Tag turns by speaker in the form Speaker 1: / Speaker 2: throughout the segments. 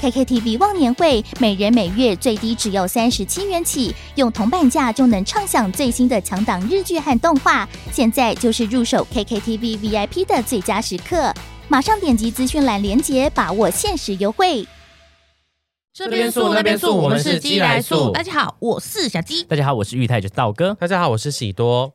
Speaker 1: KKTV 忘年会每人每月最低只要三十七元起，用铜板价就能畅享最新的强档日剧和动画。现在就是入手 KKTV VIP 的最佳时刻，马上点击资讯栏链接，把握限时优惠。
Speaker 2: 这
Speaker 3: 边素那边素我们是鸡来素
Speaker 2: 大家好，我是小鸡。
Speaker 3: 大家好，我是玉泰，就是道哥。
Speaker 4: 大家好，我是喜多。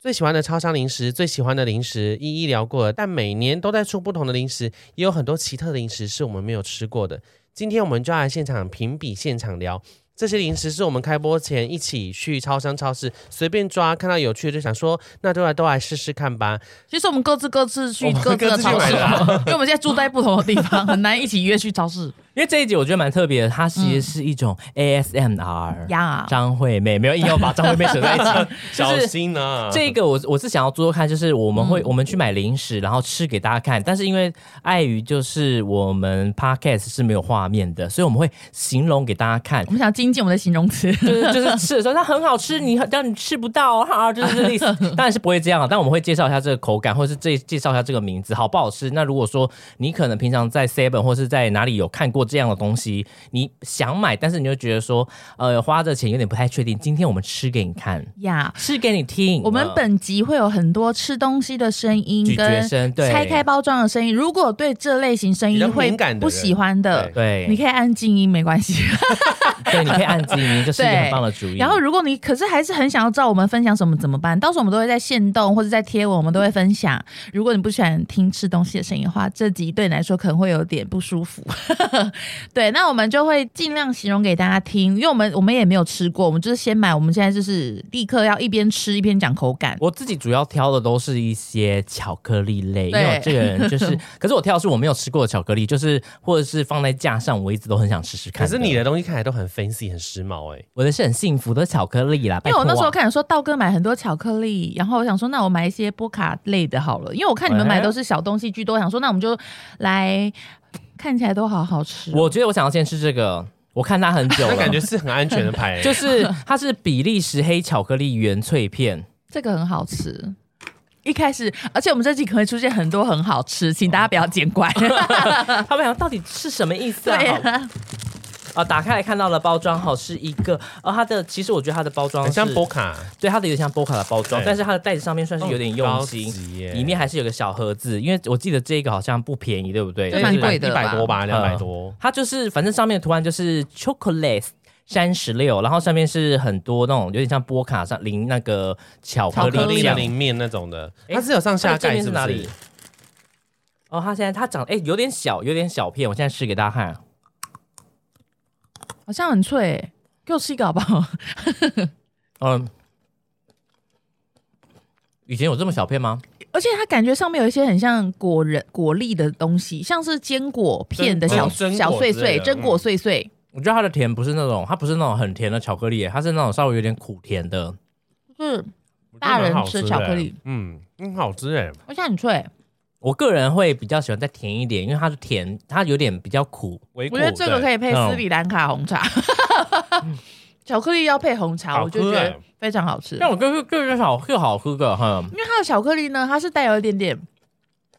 Speaker 4: 最喜欢的超商零食，最喜欢的零食一一聊过了，但每年都在出不同的零食，也有很多奇特的零食是我们没有吃过的。今天我们就要来现场评比，现场聊这些零食，是我们开播前一起去超商、超市随便抓，看到有趣的就想说，那都来都来试试看吧。
Speaker 2: 其实我们各自各自去
Speaker 4: 我们
Speaker 2: 各自的
Speaker 4: 各自去
Speaker 2: 超市
Speaker 4: 买的
Speaker 2: 玩
Speaker 4: 啊，
Speaker 2: 因为我们现在住在不同的地方，很难一起约去超市。
Speaker 3: 因为这一集我觉得蛮特别的，它其实是一种 ASMR。
Speaker 2: 呀，
Speaker 3: 张惠妹没有硬要把张惠妹扯在一起，
Speaker 4: 小
Speaker 3: 就是
Speaker 4: 心啊！
Speaker 3: 这个我我是想要做做看，就是我们会、我们去买零食，然后吃给大家看。但是因为碍于就是我们 podcast 是没有画面的，所以我们会形容给大家看
Speaker 2: 我。们想精进我们的形容词。
Speaker 3: 就是就是吃的时候，它很好吃，你但你吃不到哈、就是这 意思。当然是不会这样啊，但我们会介绍一下这个口感，或者是介介绍一下这个名字好不好吃。那如果说你可能平常在 Seven 或是在哪里有看过这样的东西，你想买，但是你就觉得说，呃，花这钱有点不太确定。今天我们吃给你看，
Speaker 2: 呀，
Speaker 3: 吃给你听。
Speaker 2: 我们
Speaker 3: 呃
Speaker 2: 本集会有很多吃东西的声音
Speaker 3: 咀嚼
Speaker 2: 跟
Speaker 3: 声对
Speaker 2: 拆开包装的声音。如果对这类型声
Speaker 4: 比较
Speaker 2: 音会
Speaker 4: 敏感的人
Speaker 2: 不喜欢的，
Speaker 3: 对，
Speaker 2: 你可以按静音，没关系。
Speaker 3: 对，你可以按静音，这是一个很棒的主意。
Speaker 2: 然后，如果你可是还是很想要知道我们分享什么怎么办？到时候我们都会在线动或者在贴文，我们都会分享。如果你不喜欢听吃东西的声音的话，这集对你来说可能会有点不舒服。 对，那我们就会尽量形容给大家听，因为我们我们也没有吃过，我们就是先买，我们现在就是立刻要一边吃一边讲口感。
Speaker 3: 我自己主要挑的都是一些巧克力类，因
Speaker 2: 对
Speaker 3: 为我这个 人就是，可是我挑的是我没有吃过的巧克力，就是或者是放在架上，我一直都很想试试看
Speaker 4: 可
Speaker 3: 的。
Speaker 4: 是你的东西看起来都很 fancy，很时髦哎、
Speaker 3: 我的是很幸福的巧克力啦，
Speaker 2: 因为我
Speaker 3: 拜托
Speaker 2: 那
Speaker 3: 啊
Speaker 2: 时候看你说道哥买很多巧克力，然后我想说，那我买一些波卡类的好了，因为我看你们买都是小东西居多，我想说那我们就来，看起来都好好吃哦。
Speaker 3: 我觉得我想要先吃这个，我看它很久
Speaker 4: 那
Speaker 3: 了，
Speaker 4: 感觉是很安全的牌、欸
Speaker 3: 就是是
Speaker 2: 啊
Speaker 3: 它是比利时黑巧克力原 脆片。
Speaker 2: 这个很好吃。一开始，而且我们这集可能会出现很多很好吃，请大家不要见 怪。
Speaker 3: 他们想到底是什么意思啊？
Speaker 2: 对
Speaker 3: 好
Speaker 2: 啊，
Speaker 3: 啊，打开来看到了包装，好是一个，呃，它的其实我觉得它的包装
Speaker 4: 很像
Speaker 3: 是
Speaker 4: 波卡，
Speaker 3: 对，它的有点像波卡的包装，
Speaker 4: 对
Speaker 3: 但是它的袋子上面算是有点用
Speaker 4: 哦
Speaker 3: 心
Speaker 4: 高级，耶
Speaker 3: 里面还是有个小盒子，因为我记得这个好像不便宜，对不对？
Speaker 2: 这蛮
Speaker 3: 就是
Speaker 2: 贵的
Speaker 4: 一
Speaker 2: 吧
Speaker 4: 百多吧，
Speaker 3: 嗯
Speaker 4: 两百多。
Speaker 3: 它就是反正上面的图案就是 chocolate 三十六，然后上面是很多那种有点像波卡上淋那个巧克
Speaker 4: 巧克
Speaker 3: 力
Speaker 4: 力的
Speaker 3: 酱。
Speaker 4: 淋面那种的，
Speaker 3: 诶
Speaker 4: 它是有上下
Speaker 3: 它的正
Speaker 4: 盖，
Speaker 3: 面
Speaker 4: 是
Speaker 3: 是
Speaker 4: 不
Speaker 3: 哪
Speaker 4: 是
Speaker 3: 里？哦，它现在它长哎、有点小，有点小片，我现在试给大家看。
Speaker 2: 好像很脆，给我吃一个好不好？
Speaker 3: 嗯，以前有这么小片吗？
Speaker 2: 而且它感觉上面有一些很像果仁、果粒的东西，像是坚果片的小
Speaker 4: 榛
Speaker 2: 小碎碎、
Speaker 4: 嗯哦榛果之类的嗯
Speaker 2: 榛果碎碎。
Speaker 3: 我觉得它的甜不是那种，它不是那种很甜的巧克力耶，它是那种稍微有点苦甜的。
Speaker 2: 就是
Speaker 4: 我觉得蛮好吃
Speaker 2: 大人吃
Speaker 4: 的
Speaker 2: 巧克力，
Speaker 4: 嗯，很好吃哎。
Speaker 2: 而且很脆，
Speaker 3: 我个人会比较喜欢再甜一点，因为它是甜，它有点比较苦。
Speaker 4: 维
Speaker 2: 我觉得这个可
Speaker 4: 以，
Speaker 2: 以配斯里兰卡红茶， 巧克力要配红茶，
Speaker 4: 好
Speaker 2: 我
Speaker 4: 喝
Speaker 2: 就觉
Speaker 4: 哎
Speaker 2: 得非常好吃。
Speaker 3: 但我就是就是好又好喝个哈，
Speaker 2: 因为它的巧克力呢，它是带有一点点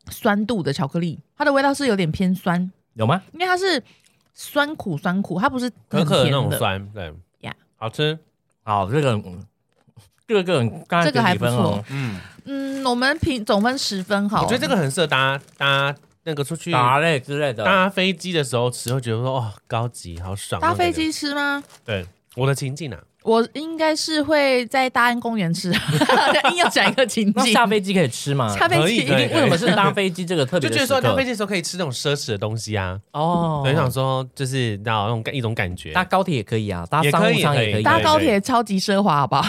Speaker 2: 酸度的巧克力，它的味道是有点偏酸，
Speaker 3: 有吗？
Speaker 2: 因为它是酸苦酸苦，它不是很
Speaker 4: 可可的那
Speaker 2: 甜
Speaker 4: 种酸，对
Speaker 2: 呀
Speaker 4: 好吃。
Speaker 3: 好，这个嗯这个刚才
Speaker 2: 这个还
Speaker 3: 给
Speaker 2: 不
Speaker 3: 几分哦，
Speaker 4: 嗯，
Speaker 2: 嗯，我们评总分十分好，
Speaker 4: 我觉得这个很适合搭搭那个出去
Speaker 3: 打类之类的。
Speaker 4: 搭飞机的时候吃，会觉得说哦，高级，好爽。
Speaker 2: 搭
Speaker 4: 那种
Speaker 2: 飞
Speaker 4: 感觉
Speaker 2: 机吃吗？
Speaker 4: 对我的情境啊，
Speaker 2: 我应该是会在大安公园吃， 硬要讲一个情
Speaker 3: 那
Speaker 2: 境。
Speaker 3: 下飞机可以吃吗？
Speaker 2: 下飞机
Speaker 4: 可以可以
Speaker 3: 为什么是 搭飞机这个特别
Speaker 4: 就
Speaker 3: 的
Speaker 4: 觉得
Speaker 3: 时刻？
Speaker 4: 说搭飞机的时候可以吃那种奢侈的东西啊，
Speaker 3: 哦，
Speaker 4: 很想说就是那种感一种感觉。
Speaker 3: 搭高铁也可以啊，搭
Speaker 4: 也
Speaker 3: 商
Speaker 4: 可
Speaker 3: 务
Speaker 4: 以
Speaker 3: 舱
Speaker 4: 也
Speaker 3: 也
Speaker 4: 可
Speaker 3: 可
Speaker 4: 以
Speaker 3: 以。
Speaker 2: 搭高
Speaker 4: 对
Speaker 2: 铁超级奢华，好不好？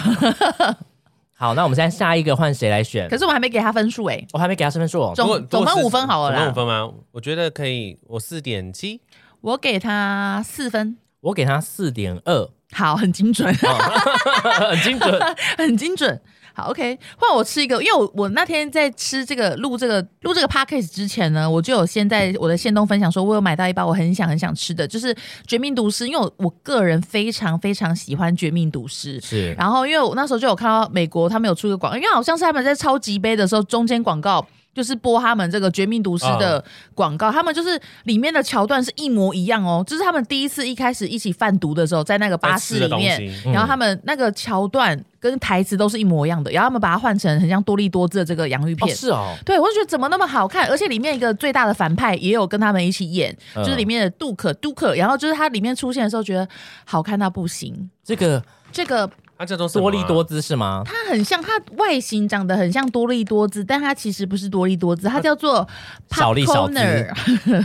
Speaker 3: 好，那我们现在下一个换谁来选
Speaker 2: 可？是我还没给他分数哎，
Speaker 3: 我还没给他身份证哦。
Speaker 2: 总
Speaker 4: 如果
Speaker 2: 总分
Speaker 4: 如果是
Speaker 2: 五分好了啦
Speaker 4: 总分五分吗？我觉得可以，我四点七，
Speaker 2: 我给他四分，
Speaker 3: 我给他四点 二，
Speaker 2: 好，很精准。
Speaker 3: 很 精准。
Speaker 2: 很精准。好，OK，换我吃一个，因为我我那天在吃这个录这个录这个 podcast 之前呢，我就有先在我的线东分享说，我有买到一包我很想很想吃的，就是《绝命毒师》，因为我我个人非常非常喜欢《绝命毒师》。
Speaker 3: 是，
Speaker 2: 然后，因为我那时候就有看到美国他们有出一个广告，因为好像是他们在超级杯的时候，中间广告就是播他们这个《绝命毒师》的
Speaker 4: 嗯
Speaker 2: 广告，他们就是里面的桥段是一模一样哦，就是他们第一次一开始一起贩毒的时候，在那个巴
Speaker 4: 在
Speaker 2: 士
Speaker 4: 吃的
Speaker 2: 里
Speaker 4: 东
Speaker 2: 面，
Speaker 4: 西。
Speaker 2: 然
Speaker 3: 嗯
Speaker 2: 后他们那个桥段跟台词都是一模一样的，然后他们把它换成很像多利多姿的这个洋芋
Speaker 3: 哦
Speaker 2: 片。
Speaker 3: 是哦，
Speaker 2: 对，我就觉得怎么那么好看，而且里面一个最大的反派也有跟他们一起演，
Speaker 3: 嗯
Speaker 2: 就是里面的杜克杜克，然后就是他里面出现的时候觉得好看到不行。
Speaker 3: 这个
Speaker 2: 这个
Speaker 4: 啊，这都是
Speaker 3: 多利多姿是吗？
Speaker 2: 它很像，它外形长得很像多利多姿，但它其实不是多利多姿，它叫做
Speaker 3: 呃小
Speaker 2: Pop
Speaker 3: 利小姿
Speaker 2: Corner，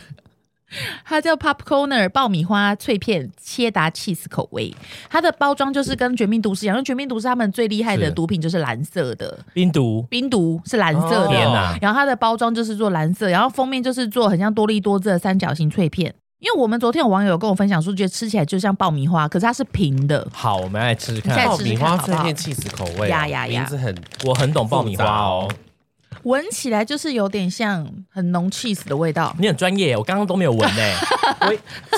Speaker 2: 它叫 Pop Corner 爆米花脆片切达 cheese 口味。它的包装就是跟绝命毒师一样，因为绝命毒师他们最厉害的
Speaker 3: 是
Speaker 2: 毒品就是蓝色的，
Speaker 3: 冰毒，
Speaker 2: 冰毒是蓝色的。
Speaker 3: 哦天哪！
Speaker 2: 然后它的包装就是做蓝色，然后封面就是做很像多利多姿的三角形脆片。因为我们昨天有网友跟我分享说，觉得吃起来就像爆米花，可是它是平的。
Speaker 3: 好，我们来吃吃
Speaker 2: 再
Speaker 3: 看
Speaker 2: 吃。
Speaker 4: 爆
Speaker 2: 吃
Speaker 4: 米
Speaker 2: 看
Speaker 4: 花
Speaker 2: 好不
Speaker 4: 脆
Speaker 2: 好
Speaker 4: 片 cheese 口味
Speaker 2: 呀
Speaker 4: 啊，
Speaker 2: 呀呀
Speaker 4: 名 字很
Speaker 3: 我很懂爆米花哦
Speaker 4: 复杂，
Speaker 2: 闻起来就是有点像很浓 cheese 的味道，
Speaker 3: 你很专业，我刚刚都没有闻呢。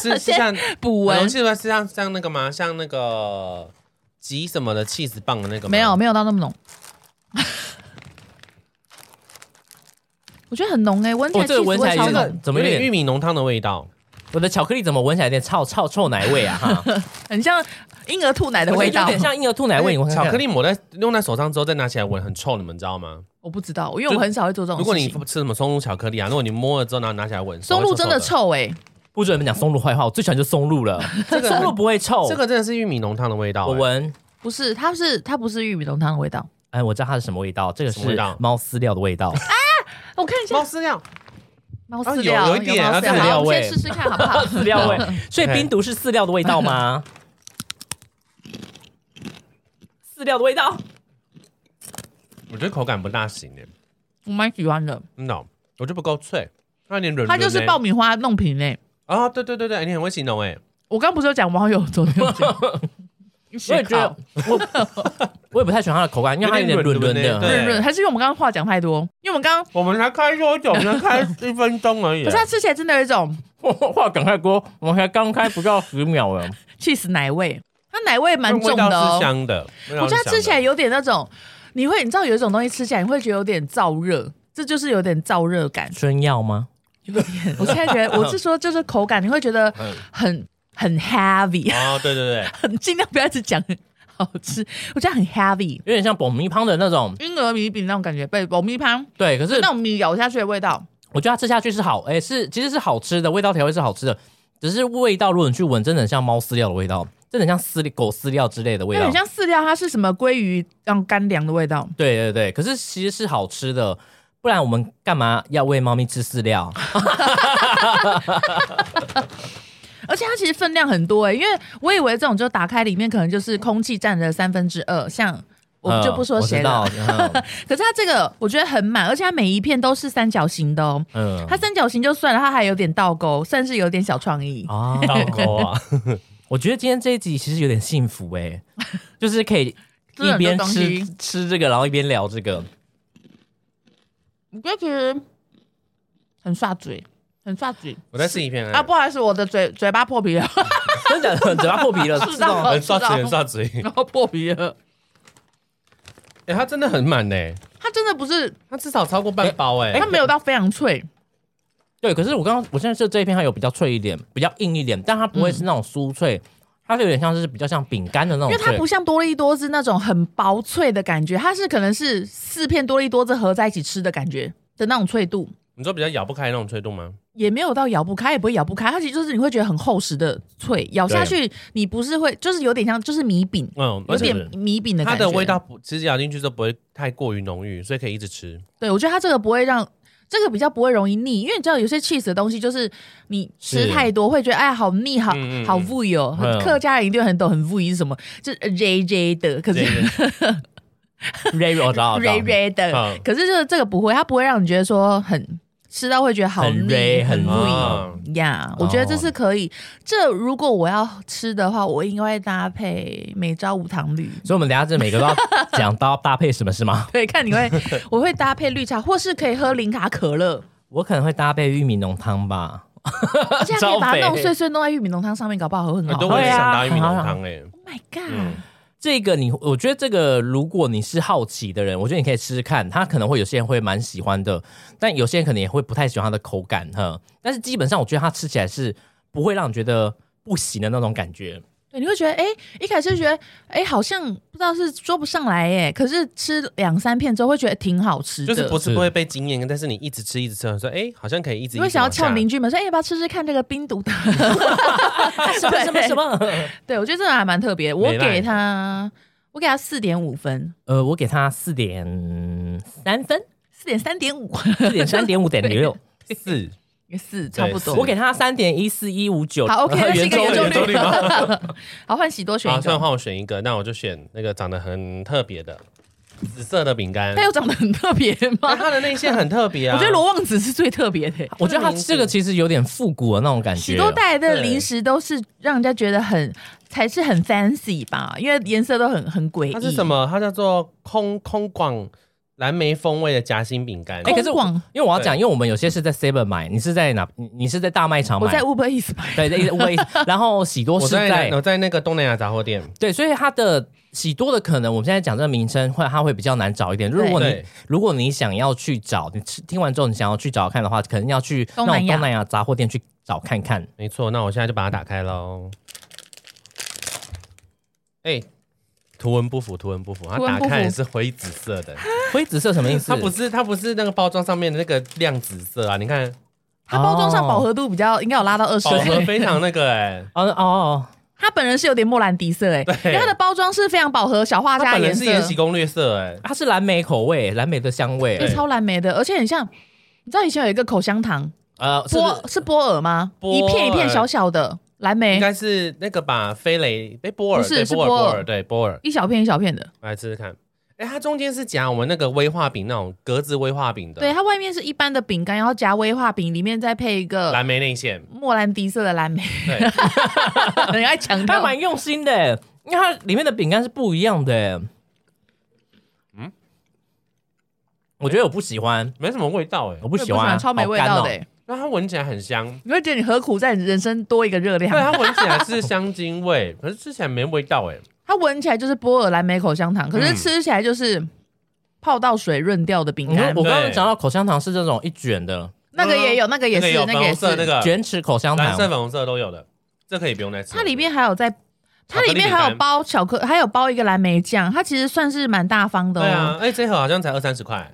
Speaker 4: 是是像
Speaker 2: 补
Speaker 4: 我
Speaker 2: 闻
Speaker 4: 记得是像像那个吗？像那个挤什么的 cheese 棒的那个吗
Speaker 2: 没有没有到那么浓， 我觉得很浓哎、闻起来
Speaker 3: 哦这个
Speaker 2: cheese
Speaker 3: 闻起来
Speaker 2: 味超
Speaker 3: 有点
Speaker 2: 浓，
Speaker 3: 怎么有
Speaker 4: 有
Speaker 3: 点
Speaker 4: 点玉米浓汤的味道？
Speaker 3: 我的巧克力怎么闻起来有点臭臭臭奶味啊？哈，
Speaker 2: 很像婴儿吐奶的
Speaker 3: 我
Speaker 2: 味
Speaker 3: 觉得
Speaker 2: 道
Speaker 3: 有。点像婴儿吐奶味。你闻看看
Speaker 4: 哎巧克力抹在用在手上之后再拿起来闻，很臭，你们知道吗？
Speaker 2: 我不知道，因为我很少会做这种
Speaker 4: 如
Speaker 2: 事情。
Speaker 4: 果你吃什么松露巧克力啊，如果你摸了之后拿拿起来闻，
Speaker 2: 松露真的
Speaker 4: 的。
Speaker 2: 臭哎、
Speaker 3: 不准你们讲松露坏话，我 最喜欢就松露了。
Speaker 4: 这个
Speaker 3: 松露不会
Speaker 2: 哦
Speaker 3: 臭，
Speaker 4: 这个真的是玉米浓汤的味道、
Speaker 3: 我
Speaker 4: 哎
Speaker 3: 闻。
Speaker 2: 不是，它是它不是玉米浓汤的味道。
Speaker 3: 哎，我知道它是什么味道，这个
Speaker 4: 什么味
Speaker 3: 是
Speaker 4: 道
Speaker 3: 猫饲料的味道。
Speaker 2: 我看一下
Speaker 4: 猫饲料，
Speaker 2: 猫
Speaker 4: 啊
Speaker 2: 饲
Speaker 4: 有
Speaker 2: 料，
Speaker 4: 有一点
Speaker 2: 猫
Speaker 4: 啊
Speaker 2: 饲料
Speaker 3: 饲
Speaker 2: 好，
Speaker 3: 料
Speaker 2: 我们
Speaker 3: 味
Speaker 2: 先试试看好不好？
Speaker 3: 饲料味，所以冰毒是饲料的味道吗？饲料的味道，
Speaker 4: 我觉得口感不大行哎，
Speaker 2: 我蛮喜欢的，
Speaker 4: 真的哦，我觉得不够脆，它有点软
Speaker 2: 它
Speaker 4: 软的。
Speaker 2: 就是爆米花弄平哎、
Speaker 4: 啊、对对对对，你很会形容哎，
Speaker 2: 我刚不是有讲网友昨 天有讲
Speaker 3: 我也觉得我我也不太喜欢它的口感，因为它有点
Speaker 4: 有点
Speaker 3: 润
Speaker 4: 软
Speaker 3: 润
Speaker 4: 对不对
Speaker 3: 的。
Speaker 2: 润润，还是因为我们刚刚话讲太多？因为我们刚刚
Speaker 4: 我们才开多久？我们才开一分钟而已
Speaker 2: 可是它吃起来真的有一种
Speaker 3: 话赶快锅，我们才刚开不到十秒哎，
Speaker 2: cheese 奶味，它奶味蛮重
Speaker 4: 味
Speaker 2: 的
Speaker 4: 道
Speaker 2: 哦
Speaker 4: 是。香的，味道
Speaker 2: 我
Speaker 4: 是
Speaker 2: 觉得它
Speaker 4: 香的
Speaker 2: 吃起来有点那种，你会你知道有一种东西吃起来你会觉得有点燥热，这就是有点燥热 感。
Speaker 3: 春药吗？
Speaker 2: 有点，我现在觉得我是说就是口感，你会觉得很很 heavy，
Speaker 4: 嗯 哦，对对对，
Speaker 2: 很尽量不要一直讲好吃，我觉得很 heavy。
Speaker 3: 有点像爆米汤的那种，
Speaker 2: 婴儿米饼那种感觉，被爆米汤
Speaker 3: 对。可是
Speaker 2: 那种米咬下去的味道，
Speaker 3: 我觉得它吃下去是好，哎，是其实是好吃的，味道调味是好吃的，只是味道如果你去闻，真的很像猫饲料的味道，真的很像饲料狗饲料之类的味
Speaker 2: 那
Speaker 3: 道
Speaker 2: 很。像饲料，它是什么鲑鱼那种干粮的味道。
Speaker 3: 对对对，可是其实是好吃的，不然我们干嘛要喂猫咪吃饲料？
Speaker 2: 而且它其实分量很多哎、因为我以为这种就打开里面可能就是空气占了三分之二，像我们就不说谁了。
Speaker 3: 嗯我知道
Speaker 2: 可是它这个我觉得很满，而且它每一片都是三角形的哦。
Speaker 3: 嗯，
Speaker 2: 它三角形就算了，它还有点倒钩，算是有点小创意。
Speaker 3: 啊，
Speaker 4: 倒 钩啊，
Speaker 3: 我觉得今天这一集其实有点幸福哎、就是可以
Speaker 2: 真的
Speaker 3: 一
Speaker 2: 很多
Speaker 3: 边
Speaker 2: 东西
Speaker 3: 吃吃这个，然后一边聊这个。
Speaker 2: 我觉得其实很刷嘴，很刷嘴
Speaker 4: 我再试一片
Speaker 2: 啊！不好意思，我的嘴嘴巴破皮了，
Speaker 3: 真的假的？ 嘴巴破皮了，
Speaker 2: 是
Speaker 3: 知道吗
Speaker 2: 的
Speaker 4: 很呃刷嘴，
Speaker 2: 知道
Speaker 4: 很刷嘴，
Speaker 2: 然后破皮了。
Speaker 4: 哎，它真的很满呢，
Speaker 2: 它真的不是，
Speaker 4: 它至少超过半包哎，
Speaker 2: 它没有到非常脆，
Speaker 3: 对，可是我刚刚我现在吃的这一片它有比较脆一点，比较硬一点，但它不会是那种酥脆，它就有点像是比较像饼干的那
Speaker 2: 嗯因
Speaker 3: 种
Speaker 2: 为哦它
Speaker 3: 脆
Speaker 2: 不。像多利多汁那种很薄脆的感觉，它是可能是四片多利多汁合在一起吃的感觉的那种脆度。
Speaker 4: 你说比较咬不开那种脆度吗？
Speaker 2: 也没有到咬不开，也不会咬不开，它其实就是你会觉得很厚实的脆，咬下去你不是会，就是有点像就是米饼，
Speaker 4: 嗯，
Speaker 2: 有
Speaker 4: 而 且
Speaker 2: 点米饼的
Speaker 4: 它
Speaker 2: 感觉。
Speaker 4: 的味道不，其实咬进去之后不会太过于浓郁，所以可以一直吃。
Speaker 2: 对我觉得它这个不会让这个比较不会容易腻，因为你知道有些 cheese 的东西就是你吃
Speaker 3: 是
Speaker 2: 太多会觉得哎好腻，好
Speaker 4: 嗯嗯
Speaker 2: 好
Speaker 4: 嗯
Speaker 2: vui 哦。
Speaker 3: 嗯
Speaker 2: 客家人一定很懂很 vui 是什么，就是 j j 的，可是
Speaker 4: 对
Speaker 3: Ray，我知道，我知道
Speaker 2: j j 的
Speaker 4: 嗯，
Speaker 2: 可是就是这个不会，它不会让你觉得说很。吃到会觉得好
Speaker 3: 很
Speaker 2: 腻，
Speaker 3: rare，
Speaker 2: 很
Speaker 4: 啊
Speaker 3: 很
Speaker 2: vui
Speaker 4: 哦
Speaker 2: 呀！我觉得这是可以。这如果我要吃的话，我应该会搭配美招无糖 绿。
Speaker 3: 所以我们等一下这每个都要讲到搭配什么是吗？
Speaker 2: 对，看你会，我会搭配绿茶， 或是可以喝零卡可乐。
Speaker 3: 我可能会搭配玉米浓汤吧。
Speaker 2: 而且还可以把它
Speaker 3: 招
Speaker 2: 弄
Speaker 3: 匪
Speaker 2: 碎碎弄在玉米浓汤上面，搞不好嗯会很
Speaker 4: 很
Speaker 2: 好
Speaker 4: 多
Speaker 2: 喝。
Speaker 4: 我也
Speaker 3: 对啊
Speaker 4: 想到玉米浓
Speaker 3: 很好
Speaker 4: 汤哎，
Speaker 2: Oh my god！、
Speaker 4: 嗯
Speaker 3: 这个你，我觉得这个，如果你是好奇的人，我觉得你可以试试看。他可能会有些人会蛮喜欢的，但有些人可能也会不太喜欢它的口感哈。但是基本上，我觉得它吃起来是不会让你觉得不行的那种感 觉。
Speaker 2: 对，你会觉得，哎、一开始觉得，哎、好像不知道是说不上来，哎，可是吃两三片之后，会觉得挺好吃的。
Speaker 4: 就是不是
Speaker 3: 是
Speaker 4: 不会被惊艳，但是你一直吃一直吃，说哎，好像可以一直。
Speaker 2: 你会想要
Speaker 4: 翘
Speaker 2: 撬邻居们说，哎、要不要吃吃看这个冰毒的？
Speaker 3: 啊什么什么什么？
Speaker 2: 对，我觉得这个还蛮特别。我
Speaker 4: 没赖
Speaker 2: 给他，我给他四点五分，
Speaker 3: 呃，我给它四点三分，
Speaker 2: 四点三点五，
Speaker 3: 四点三点五点 六四，
Speaker 2: 四差不多。
Speaker 3: 我给它三点一四一五九。
Speaker 2: 好，OK，
Speaker 3: 呃
Speaker 2: 那是一个
Speaker 3: 原
Speaker 2: 圆
Speaker 3: 原
Speaker 2: 周
Speaker 4: 周
Speaker 2: 率
Speaker 4: 率吗。
Speaker 2: 好，换喜多选
Speaker 4: 好，
Speaker 2: 一
Speaker 4: 算
Speaker 2: 个，
Speaker 4: 换我选一个，那我就选那个长得很特别的紫色的饼干
Speaker 2: 他。又长得很特别
Speaker 4: 那
Speaker 2: 吗？
Speaker 4: 它的内馅很特别啊，
Speaker 2: 我觉得罗望子是最特别的、
Speaker 3: 我觉得它这个其实有点复古的啊那种感觉。
Speaker 2: 许多带来的
Speaker 4: 对
Speaker 2: 零食都是让人家觉得很才是很 fancy 吧，因为颜色都很很诡异。
Speaker 4: 它是什？么？它叫做空空广蓝莓风味的夹心饼干。
Speaker 3: 哎可是
Speaker 2: 公广
Speaker 3: 因为我要讲，
Speaker 4: 对
Speaker 3: 因为我们有些是在 Seven 买，你是在哪？你你是在大卖场买？
Speaker 2: 我在 Uber Eats 买。
Speaker 3: 对，在威， 然后喜多
Speaker 4: 我
Speaker 3: 是
Speaker 4: 在
Speaker 3: 在
Speaker 4: 我在那个东南亚杂货店，
Speaker 3: 对，所以它的喜多的可能，我们现在讲这个名称会它会比较难找一点。如果你
Speaker 4: 对
Speaker 3: 如果你想要去找，你吃听完之后你想要去找看的话，可能要去那
Speaker 2: 东南
Speaker 3: 种
Speaker 2: 亚
Speaker 3: 东南亚杂货店去找看看。
Speaker 4: 没错。那我现在就把它打开喽。哎，图文不符，图文不符，它
Speaker 2: 图文
Speaker 4: 打
Speaker 2: 不符
Speaker 4: 开也是灰紫色的，
Speaker 3: 灰紫色什么意思？
Speaker 4: 它不是它不是那个包装上面的那个亮紫色啊，你看
Speaker 2: 它包装上饱和度比较应该有拉到二十
Speaker 4: 哦饱。和非常那个哎、
Speaker 3: 哦哦哦，
Speaker 2: 它本人是有点莫兰迪色哎、因为它的包装是非常饱和小画
Speaker 4: 它
Speaker 2: 家
Speaker 4: 本
Speaker 2: 颜
Speaker 4: 人是《延禧
Speaker 2: 色，
Speaker 4: 攻略》色哎、
Speaker 3: 它是蓝莓口味，蓝莓的香味。
Speaker 2: 对，欸超蓝莓的，而且很像。你知道以前有一个口香糖，
Speaker 3: 呃，是不是
Speaker 2: 波是波尔吗？
Speaker 4: 波尔
Speaker 2: 一片一片小小的蓝
Speaker 4: 应
Speaker 2: 莓，
Speaker 4: 该是那个吧，飞雷哎波尔
Speaker 2: 不是
Speaker 4: 对
Speaker 2: 是
Speaker 4: 波尔
Speaker 2: 波尔
Speaker 4: 波尔对波尔，
Speaker 2: 一小片一小片的。
Speaker 4: 我来试试看。哎、它中间是夹我们那个威化饼那种格子威化饼的，
Speaker 2: 对，，它外面是一般的饼干，然后夹威化饼，里面再配一个
Speaker 4: 蓝莓内馅，
Speaker 2: 莫兰迪色的蓝莓，
Speaker 4: 对，
Speaker 2: 很爱强
Speaker 3: 它
Speaker 2: 调。
Speaker 3: 蛮用心的，因为它里面的饼干是不一样的。嗯，我觉得我不喜欢，
Speaker 4: 没什么味道哎、
Speaker 3: 我
Speaker 2: 我
Speaker 3: 不
Speaker 2: 也
Speaker 3: 喜欢，
Speaker 2: 超没味道
Speaker 3: 好
Speaker 2: 的、
Speaker 3: 干哦
Speaker 2: 欸。
Speaker 4: 那它闻起来很香，
Speaker 2: 你会觉得你何苦在人生多一个热
Speaker 4: 对，啊
Speaker 2: 量？
Speaker 4: 它闻起来是香精味，可是吃起来没味道哎、
Speaker 2: 它闻起来就是波尔蓝莓口香糖，可是吃起来就是泡到水润掉的饼
Speaker 3: 你看
Speaker 2: 干。
Speaker 3: 嗯我刚刚
Speaker 4: 对
Speaker 3: 讲到口香糖是这种一卷的
Speaker 2: 那个也有，那个也
Speaker 4: 那个
Speaker 2: 是，
Speaker 4: 有
Speaker 2: 那
Speaker 4: 粉
Speaker 2: 个也
Speaker 4: 红
Speaker 2: 是
Speaker 4: 色。那个
Speaker 3: 卷尺口香
Speaker 4: 蓝色、
Speaker 3: 糖，
Speaker 4: 粉红色都有的，这可以不用再吃了。
Speaker 2: 它里面还有在，它
Speaker 4: 巧克
Speaker 2: 里
Speaker 4: 力
Speaker 2: 面还有
Speaker 4: 饼干
Speaker 2: 包巧克，还有包一个蓝莓酱，它其实算是蛮大方的
Speaker 4: 对
Speaker 2: 哦。，
Speaker 4: 啊哎、这盒好像才二三 十块，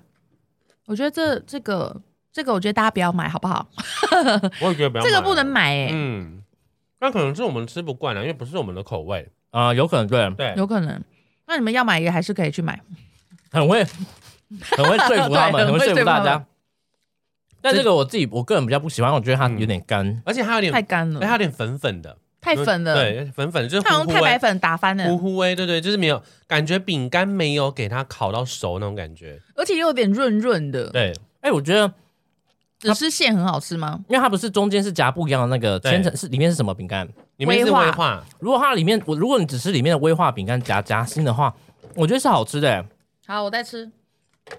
Speaker 2: 我觉得这这个这个，我觉得大家不要买好不好？
Speaker 4: 我也觉得不要
Speaker 2: 这个
Speaker 4: 买
Speaker 2: 不能买哎，
Speaker 4: 嗯，那可能是我们吃不惯啊了，因为不是我们的口味。
Speaker 3: 啊，有可能对，
Speaker 4: 对，
Speaker 2: 欸有可能。那你们要买也还是可以去买。
Speaker 3: 很会很会说服他
Speaker 2: 对
Speaker 3: 们，很
Speaker 2: 很会
Speaker 3: 会说
Speaker 2: 说服他
Speaker 3: 服大
Speaker 2: 们
Speaker 3: 家。但这个我自己我个人比较不喜欢，我觉得它
Speaker 4: 嗯
Speaker 3: 有点干。
Speaker 4: 而且它有点，
Speaker 2: 太
Speaker 4: 哎，
Speaker 2: 干了
Speaker 4: 它，有点粉粉的，
Speaker 2: 太粉了，，
Speaker 4: 对，粉粉的就是欸
Speaker 2: 它好像
Speaker 4: 糊
Speaker 2: 太
Speaker 4: 糊
Speaker 2: 白
Speaker 4: 味，
Speaker 2: 粉打翻了。
Speaker 4: 糊糊味，欸对对，就是没有感觉饼干没有给它烤到熟那种感觉。
Speaker 2: 而且又有点润润的。
Speaker 4: 对，
Speaker 3: 哎，我觉得，
Speaker 2: 只是馅很好吃吗？
Speaker 3: 因为它不是中间是夹不一样的那个
Speaker 4: 对
Speaker 3: 千层，是里面是什么饼干？
Speaker 4: 里面是
Speaker 2: 威化
Speaker 4: 威化，
Speaker 3: 如果它里面，我如果你只吃里面的威化饼干夹夹心的话，我觉得是好吃的、欸
Speaker 2: 好，我再吃。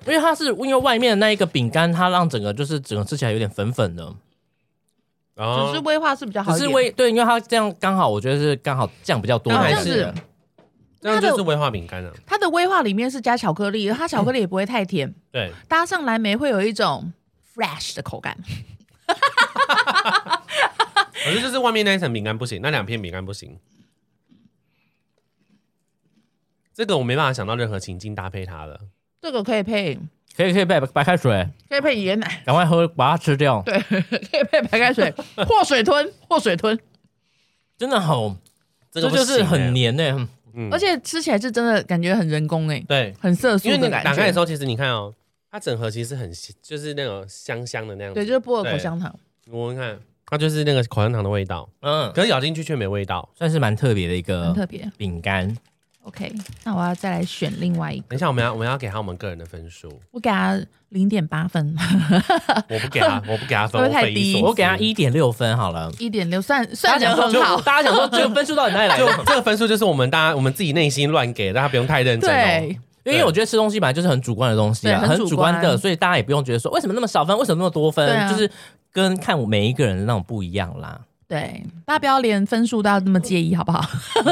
Speaker 3: 因为它是因为外面的那一个饼干，它让整个就是整个吃起来有点粉粉的，
Speaker 4: 然
Speaker 2: 只是
Speaker 4: 后
Speaker 2: 威化是比较好
Speaker 3: 只
Speaker 2: 一
Speaker 3: 是
Speaker 2: 点，
Speaker 3: 微对，因为它这样刚好，我觉得是刚好酱比较多
Speaker 4: 刚好
Speaker 3: 还
Speaker 2: 这样
Speaker 4: 是
Speaker 2: 子
Speaker 3: 是。
Speaker 4: 这样
Speaker 2: 它
Speaker 4: 就
Speaker 2: 的
Speaker 4: 是威化饼干啊了。
Speaker 2: 它的威化里面是加巧克力，它巧克力也不会太甜，
Speaker 4: 对，
Speaker 2: 搭上蓝莓会有一种 fresh 的口感。
Speaker 4: 可是就是外面那一层饼干不行，那两片饼干不行。这个我没办法想到任何情境搭配它了。
Speaker 2: 这个可以配
Speaker 3: 可以可以配白开水，
Speaker 2: 可以配椰奶，
Speaker 3: 赶快喝，把它吃掉。
Speaker 2: 对， 可以配白开 水，或水吞，或水吞，
Speaker 3: 真的好，
Speaker 4: 这
Speaker 3: 这
Speaker 4: 个不
Speaker 3: 就是
Speaker 4: 行
Speaker 3: 很
Speaker 4: 欸
Speaker 3: 黏呢、嗯
Speaker 4: 嗯
Speaker 2: 而且吃起来是真的感觉很人工哎、
Speaker 4: 对，
Speaker 2: 很色素
Speaker 4: 因为你
Speaker 2: 的感
Speaker 4: 打
Speaker 2: 觉。
Speaker 4: 开的时候，其实你看哦，它整盒其实很香就是那种香香的那样子。
Speaker 2: 对，就是波尔口香糖，
Speaker 4: 你闻闻看，它就是那个口香糖的味道，
Speaker 3: 嗯，
Speaker 4: 可是咬进去却没味道。
Speaker 3: 算是蛮特别的一
Speaker 4: 嗯
Speaker 2: 很特
Speaker 3: 个
Speaker 2: 别。
Speaker 3: 饼干。
Speaker 2: OK，那我要再来选另外一个，
Speaker 4: 等一下，我们要我们要给他我们个人的 分数，
Speaker 2: 我给他零点八分，
Speaker 4: 我 不给他，我不给他分，
Speaker 2: 会不会
Speaker 4: 我
Speaker 2: 太
Speaker 4: 匪夷所
Speaker 2: 低
Speaker 4: 思
Speaker 3: 我给它一点六分好了。
Speaker 2: 一点六，算
Speaker 3: 大
Speaker 2: 算
Speaker 3: 家
Speaker 2: 得
Speaker 3: 想
Speaker 2: 很
Speaker 3: 说，
Speaker 2: 好。
Speaker 3: 大家想说这个分数到底哪里来
Speaker 4: 就
Speaker 3: 的？
Speaker 4: 这个分数就是我们大家我们自己内心乱给，大家不用太认真哦。
Speaker 2: 对，
Speaker 3: 因为我觉得吃东西本来就是很主观的东西
Speaker 2: 对
Speaker 3: 啊，很
Speaker 2: 很
Speaker 3: 主
Speaker 2: 主
Speaker 3: 观
Speaker 2: 观
Speaker 3: 的，所以大家也不用觉得说为什么那么少分，为什么那么多分，
Speaker 2: 对啊
Speaker 3: 就是跟看我每一个人的那种不一样啦。
Speaker 2: 对，大家不要连分数都要那么介意，好不好？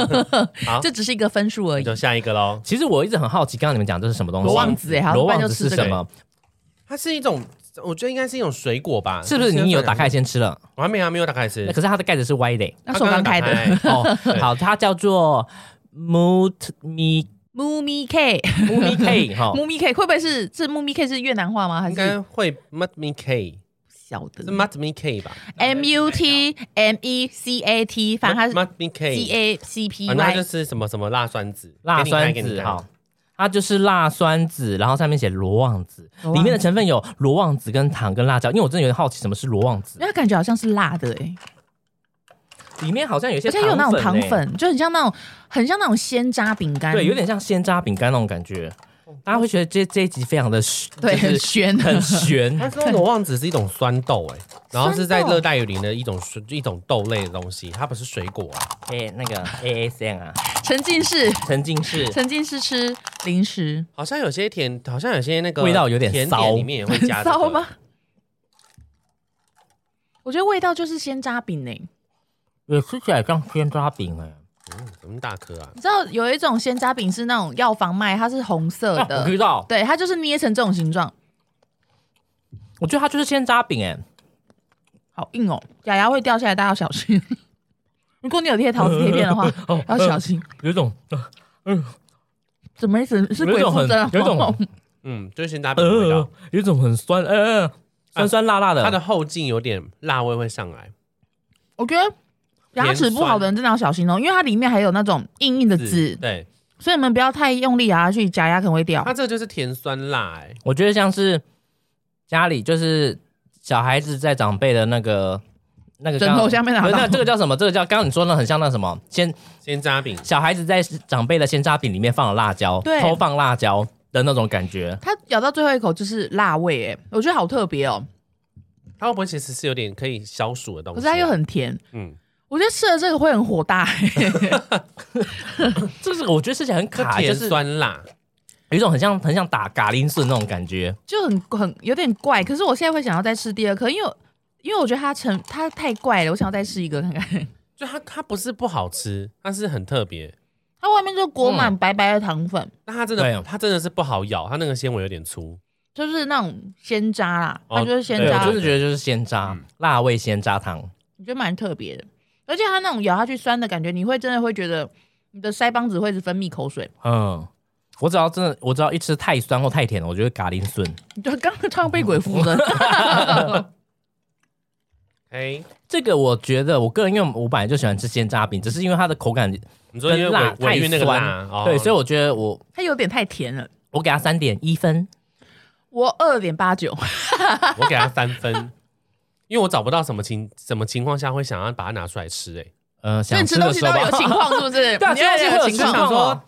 Speaker 4: 好
Speaker 2: 这只是一个分数而
Speaker 4: 那
Speaker 2: 已。
Speaker 4: 就下一个喽。
Speaker 3: 其实我一直很好奇，刚刚你们讲这是什么东西？
Speaker 2: 罗望子哎好
Speaker 3: 罗望
Speaker 2: 不然就
Speaker 3: 子
Speaker 2: 是吃这个
Speaker 3: 什么？
Speaker 4: 它是一种，我觉得应该是一种水果吧？
Speaker 3: 是不是你有打开？先吃了？哎
Speaker 4: 我还没有，没有打开吃
Speaker 3: 可。是它的盖子是歪的欸。
Speaker 2: 那是我刚开的
Speaker 4: 它刚刚打 开。
Speaker 3: 哦，好，它叫做 Moot Mi
Speaker 2: Mumi K
Speaker 3: Moot K 哈。
Speaker 2: Mumi K 会不会是这 Mumi K 是越南话 吗？还
Speaker 4: 哦
Speaker 2: 是
Speaker 4: 应该会 mut me k
Speaker 2: 小的
Speaker 4: 是 mut me k 吧
Speaker 2: M U T M E C A T，反正它
Speaker 4: mut me
Speaker 2: 是 G
Speaker 4: k，
Speaker 2: A C P
Speaker 3: 哦
Speaker 4: 反哦正它
Speaker 2: Y
Speaker 4: 就。是什么什么辣酸子，
Speaker 3: 辣酸
Speaker 4: 给你
Speaker 3: 子
Speaker 4: 看
Speaker 3: 哈，，它就是辣酸子，然后上面写罗望子，
Speaker 2: 罗望
Speaker 3: 里
Speaker 2: 子
Speaker 3: 面的成分有罗望子跟糖跟辣椒，因为我真的有点好奇什么是罗望子
Speaker 2: 因，为它感觉好像是辣的哎、
Speaker 3: 里面好像有一些
Speaker 2: 而且有那种糖
Speaker 3: 欸，
Speaker 2: 粉，就很像那种很像那种鲜渣饼干，
Speaker 3: 对，有点像鲜渣饼干那种感觉，大家会觉得这这一集非常的
Speaker 2: 哦对
Speaker 3: 就
Speaker 2: 很
Speaker 3: 是
Speaker 2: 悬，
Speaker 3: 很
Speaker 4: 它
Speaker 3: 悬，
Speaker 4: 说罗望子是一种酸豆哎、然后是在
Speaker 2: 嗯酸豆
Speaker 4: 热带雨林的一种水一种豆类的东西，它不是水果啊。
Speaker 3: 哎，那个 A S M 啊，
Speaker 2: 沉浸式，
Speaker 3: 沉浸式，
Speaker 2: 沉浸式吃零食，
Speaker 4: 好像有些甜，好像有些那个
Speaker 3: 味道有点
Speaker 4: 甜
Speaker 3: 骚
Speaker 4: 点里面也会加、这个
Speaker 2: 骚吗？？我觉得味道就是鲜渣饼欸诶、
Speaker 3: 也吃起来像鲜渣饼哎，
Speaker 4: 嗯，怎么大颗啊？
Speaker 2: 你知道有一种鲜渣饼是那种药房卖，它是红色
Speaker 3: 啊
Speaker 2: 的，
Speaker 3: 我知道，
Speaker 2: 对，它就是捏成这种形状，
Speaker 3: 我觉得它就是鲜渣饼哎，
Speaker 2: 好硬哦，假牙会掉下来，大家要小心。 如果你有贴桃子贴片的话，要小心。
Speaker 3: 哦呃有一种
Speaker 2: 怎么意思？是
Speaker 3: 有一
Speaker 2: 鬼
Speaker 3: 种
Speaker 2: 附
Speaker 3: 很
Speaker 2: 身啊？
Speaker 3: 有一种
Speaker 4: 嗯，就是鲜大饼的味道
Speaker 3: 呃，，有一种很酸呃酸酸辣辣的，
Speaker 4: 它的后劲有点辣味会上来。
Speaker 2: 我觉得牙齿不好的人真的要小心哦，因为它里面还有那种硬硬的
Speaker 4: 是
Speaker 2: 籽，
Speaker 4: 对，
Speaker 2: 所以你们不要太用力咬下去，假牙可能会掉
Speaker 4: 它。这个就是甜酸辣哎、
Speaker 3: 我觉得像是家里就是小孩子在长辈的那个那个
Speaker 2: 枕头下面拿
Speaker 3: 不
Speaker 2: 到
Speaker 3: 是那这个叫什么？这个叫刚刚你说那很像那什么鲜
Speaker 4: 鲜渣饼。
Speaker 3: 小孩子在长辈的鲜渣饼里面放了辣椒，
Speaker 2: 对
Speaker 3: 偷放辣椒的那种感觉。
Speaker 2: 它咬到最后一口就是辣味，哎，我觉得好特别哦。
Speaker 4: 它会不会其实是有点可以消暑的东西、
Speaker 2: 可
Speaker 4: 啊？
Speaker 2: 是它
Speaker 3: 哦
Speaker 2: 又很甜，
Speaker 4: 嗯，
Speaker 2: 我觉得吃了这个会很火大、欸。
Speaker 3: 这个我觉得吃起来很
Speaker 4: 它
Speaker 3: 卡，就
Speaker 4: 甜
Speaker 3: 是
Speaker 4: 酸辣，
Speaker 3: 有一种很像很像打嘎铃顺那种感觉。
Speaker 2: 就很很有点怪，可是我现在会想要再吃第二颗，因为我因为我觉得它成它太怪了，我想要再吃一个看看。
Speaker 4: 就它它不是不好吃，它是很特别。
Speaker 2: 它外面就裹满
Speaker 3: 嗯
Speaker 2: 白白的糖粉，
Speaker 4: 那它真
Speaker 3: 对
Speaker 4: 的它真的是不好咬，它那个纤维有点粗。
Speaker 2: 就是那种鲜渣啦，
Speaker 4: 哦
Speaker 2: 它就是鲜
Speaker 3: 对，我
Speaker 2: 渣，
Speaker 3: 就是觉得就是鲜渣、
Speaker 4: 嗯
Speaker 3: 辣味鲜渣糖。
Speaker 2: 我觉得蛮特别的。而且它那种咬下去酸的感觉，你会真的会觉得你的腮帮子会一直分泌口水。
Speaker 3: 嗯，我只要真的我只要一吃太酸或太甜了，我就会嘎铃顺。
Speaker 2: 你就刚刚唱被鬼附身，
Speaker 3: 哦
Speaker 4: 哎，
Speaker 3: 这个我觉得，我个人因为我本来就喜欢吃鲜渣饼，只是因为它的口感
Speaker 4: 你说因为
Speaker 3: 跟辣
Speaker 4: 尾尾韵那个
Speaker 3: 太酸
Speaker 4: 辣，哦
Speaker 3: 对，所以我觉得我
Speaker 2: 它有点太甜了。
Speaker 3: 我给他三点一分，
Speaker 2: 我二点八九，
Speaker 4: 我给它三分，因为我找不到什么情什么情况下会想要把它拿出来吃、哎，
Speaker 3: 呃，
Speaker 2: 所以
Speaker 3: 想
Speaker 2: 你
Speaker 3: 吃
Speaker 2: 吃东
Speaker 3: 的
Speaker 2: 西
Speaker 3: 时
Speaker 2: 都
Speaker 3: 候
Speaker 2: 会有
Speaker 3: 吧，
Speaker 2: 情况，是不是？
Speaker 3: 对啊
Speaker 2: 你要
Speaker 3: 吃东西会有
Speaker 2: 有情
Speaker 3: 情
Speaker 2: 况
Speaker 3: 况
Speaker 2: 哦。
Speaker 3: 哦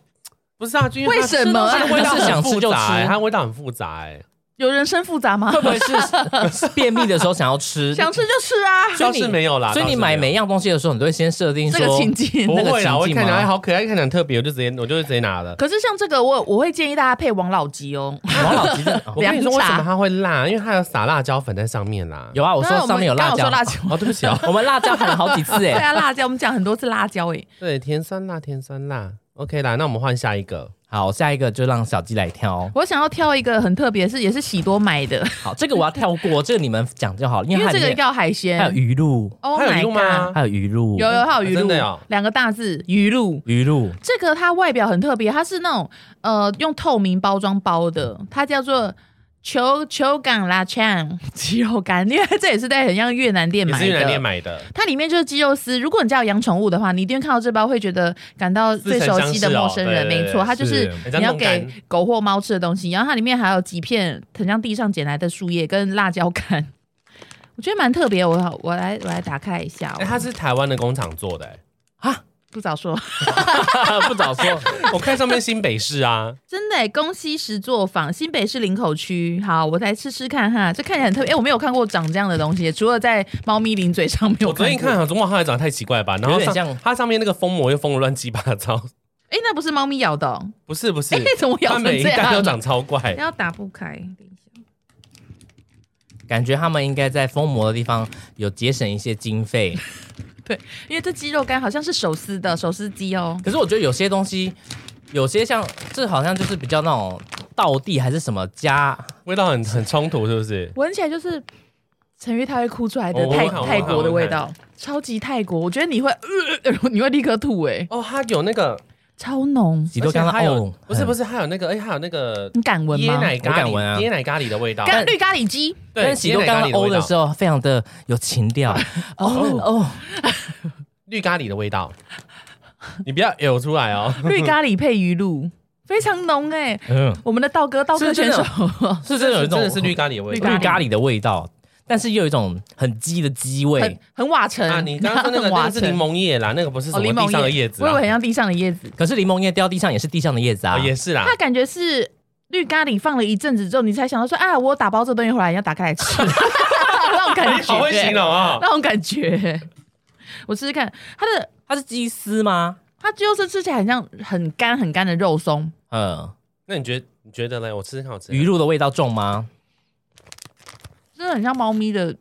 Speaker 4: 不是啊，就因
Speaker 2: 为
Speaker 4: 它
Speaker 2: 什么啊
Speaker 4: 吃东西的味道
Speaker 3: 就是想吃就
Speaker 4: 很复杂
Speaker 3: 吃
Speaker 4: 哎它味道很复杂、哎，
Speaker 2: 有人生复杂 吗
Speaker 3: 会？不会是 是便秘的时候想 要吃？
Speaker 2: 想吃就吃啊，
Speaker 3: 所以
Speaker 4: 倒
Speaker 3: 你
Speaker 4: 是没有啦，
Speaker 3: 所以你买每
Speaker 4: 没
Speaker 3: 一样东西的时候，你都会先设定
Speaker 2: 这
Speaker 3: 说，
Speaker 2: 个情境。
Speaker 4: 不
Speaker 3: 那个
Speaker 4: 会啦，
Speaker 3: 情
Speaker 4: 我
Speaker 3: 境
Speaker 4: 看起
Speaker 3: 吗
Speaker 4: 来哎好可爱，看起来很特别，我就直接我就直接拿了。
Speaker 2: 可是像这个我，我会建议大家配王老吉哦。
Speaker 3: 王老吉真 的哦
Speaker 4: 我跟你说为
Speaker 2: 凉茶
Speaker 4: 什么它会辣，因为它有撒辣椒粉在上面啦。
Speaker 3: 有啊，我说上面有
Speaker 2: 刚
Speaker 3: 辣
Speaker 2: 刚
Speaker 3: 椒，
Speaker 2: 说辣椒，
Speaker 4: 哦，对不起哦，
Speaker 3: 我们辣椒喊了好几 次
Speaker 2: 对
Speaker 3: 哎。
Speaker 2: 啊，辣椒，我们讲很多次辣椒欸诶。
Speaker 4: 对，甜酸辣，甜酸辣，OK 啦，那我们换下一个。
Speaker 3: 好，下一个就让小鸡来挑。哦
Speaker 2: 我想要挑一个很特别，是也是喜多买的，
Speaker 3: 好，这个我要跳过，这个你们讲就好，因
Speaker 2: 因
Speaker 3: 为
Speaker 2: 为
Speaker 3: 它
Speaker 2: 这
Speaker 3: 里
Speaker 2: 个
Speaker 3: 面
Speaker 2: 要海
Speaker 3: 还有
Speaker 2: 鲜。
Speaker 3: 鱼啊露，
Speaker 2: Oh
Speaker 4: 它
Speaker 2: my
Speaker 4: 有鱼露
Speaker 2: god！
Speaker 4: 吗
Speaker 3: 还有鱼露，
Speaker 2: 有有，它有鱼
Speaker 4: 真
Speaker 2: 露
Speaker 4: 的有，
Speaker 3: 哦
Speaker 2: 两个大字鱼露。
Speaker 3: 鱼露，
Speaker 2: 这个它外表很特别，它是那种呃用透明包装包的，它叫做球球港拉 肠鸡肉干，因为这也是在很像越南店
Speaker 4: 也
Speaker 2: 买的。
Speaker 4: 是越南店买的，
Speaker 2: 它里面就是鸡肉丝。如果你家有养宠物的话，你一定会看到这包会觉得感到最熟悉的陌生人。
Speaker 4: 似曾相识哦对对对
Speaker 2: 没错，它就是
Speaker 4: 是
Speaker 2: 你要给狗或猫吃的东西。然后它里面还有几片很像地上捡来的树叶跟辣椒干，我觉得蛮特别。我我来我来打开一下哦
Speaker 4: 哎、。它是台湾的工厂做的、哎
Speaker 2: 不早说，
Speaker 4: 不早说， 我看上面新北市啊，
Speaker 2: 真的耶欸宫西石作坊，新北市林口区。好，我来吃吃看哈，这看起来很特别。哎、我没有看过长这样的东西，除了在猫咪零嘴上没有
Speaker 4: 我昨
Speaker 2: 看
Speaker 4: 天
Speaker 2: 过。
Speaker 4: 看好中华它也长得太奇怪吧，然后
Speaker 3: 有点
Speaker 4: 上
Speaker 3: 像
Speaker 4: 它上面那个封膜又封的乱七八糟，
Speaker 2: 哎、那不是猫咪咬的、哦，
Speaker 4: 不是 不是
Speaker 2: 哎、， 怎么咬
Speaker 4: 它
Speaker 2: 成
Speaker 4: 每一
Speaker 2: 这
Speaker 4: 代都
Speaker 2: 样？
Speaker 4: 长超怪，
Speaker 2: 要打不开，等一下。
Speaker 3: 感觉他们应该在封膜的地方有节省一些 经费。
Speaker 2: 因为这鸡肉干好像是手撕的手撕鸡哦。
Speaker 3: 可是我觉得有些东西，有些像这好像就是比较那种道地还是什么家，
Speaker 4: 味道很很冲突，是不是？
Speaker 2: 闻起来就是陈玉他会哭出来的
Speaker 4: 我
Speaker 2: 泰
Speaker 4: 我看我
Speaker 2: 泰
Speaker 4: 看
Speaker 2: 国的味道，超级泰国，我觉得你会，呃、你会立刻吐哎、
Speaker 4: 哦，它有那个，
Speaker 2: 超浓，
Speaker 3: 你都看到
Speaker 4: 而且它有
Speaker 3: 哦，
Speaker 4: 不是不
Speaker 3: 是，
Speaker 4: 是，它有那个，哎，它有那个
Speaker 2: 你敢闻
Speaker 4: 椰
Speaker 2: 吗？
Speaker 4: 奶
Speaker 3: 我
Speaker 4: 咖
Speaker 3: 敢
Speaker 4: 喱，
Speaker 3: 闻啊
Speaker 4: 椰奶咖喱的味道，
Speaker 2: 咖绿咖喱鸡，
Speaker 4: 对，
Speaker 3: 但是喜多刚刚
Speaker 4: 椰奶咖喱
Speaker 3: 欧
Speaker 4: 味
Speaker 3: 的
Speaker 4: 道
Speaker 3: 时候非常的有情 调。哦哦，
Speaker 4: 绿咖喱的味道，你不要呕出来哦。
Speaker 2: 绿咖喱配鱼露，非常浓哎、
Speaker 3: 嗯，
Speaker 2: 我们的道哥，道哥
Speaker 3: 是真
Speaker 2: 选
Speaker 3: 的
Speaker 2: 手，
Speaker 3: 是真的有一种
Speaker 4: 真的是绿咖喱的味
Speaker 2: 绿
Speaker 4: 道
Speaker 3: 绿咖喱的味道，但是又有一种很鸡的鸡味
Speaker 2: 很。很瓦城
Speaker 4: 啊！你刚刚说那个
Speaker 2: 很
Speaker 4: 那
Speaker 2: 瓦
Speaker 4: 个是
Speaker 2: 城
Speaker 4: 柠檬叶啦，那个不是什
Speaker 2: 哦，
Speaker 4: 么
Speaker 2: 柠檬
Speaker 4: 地上的叶子啊
Speaker 2: 我以为很
Speaker 4: 啦，
Speaker 2: 像地上的叶子，
Speaker 3: 可是柠檬叶掉地上也是地上的叶子啊
Speaker 4: 哦，，也 是啦
Speaker 2: 它。感觉是绿咖喱放了一阵子之后，你才想到说，啊，我打包这东西回来，你要打开来 吃，那种感
Speaker 4: 你
Speaker 2: 觉，
Speaker 4: 好会形容啊！
Speaker 2: 那种感觉。我试试看，它的
Speaker 3: 它是鸡丝吗？
Speaker 2: 它就是吃起来很像很干很干的肉松，
Speaker 3: 嗯，
Speaker 4: 那你觉得你觉得嘞？我吃吃看，我吃吃看
Speaker 2: 啊
Speaker 3: 鱼露的味道重吗？
Speaker 2: 真的很像猫咪的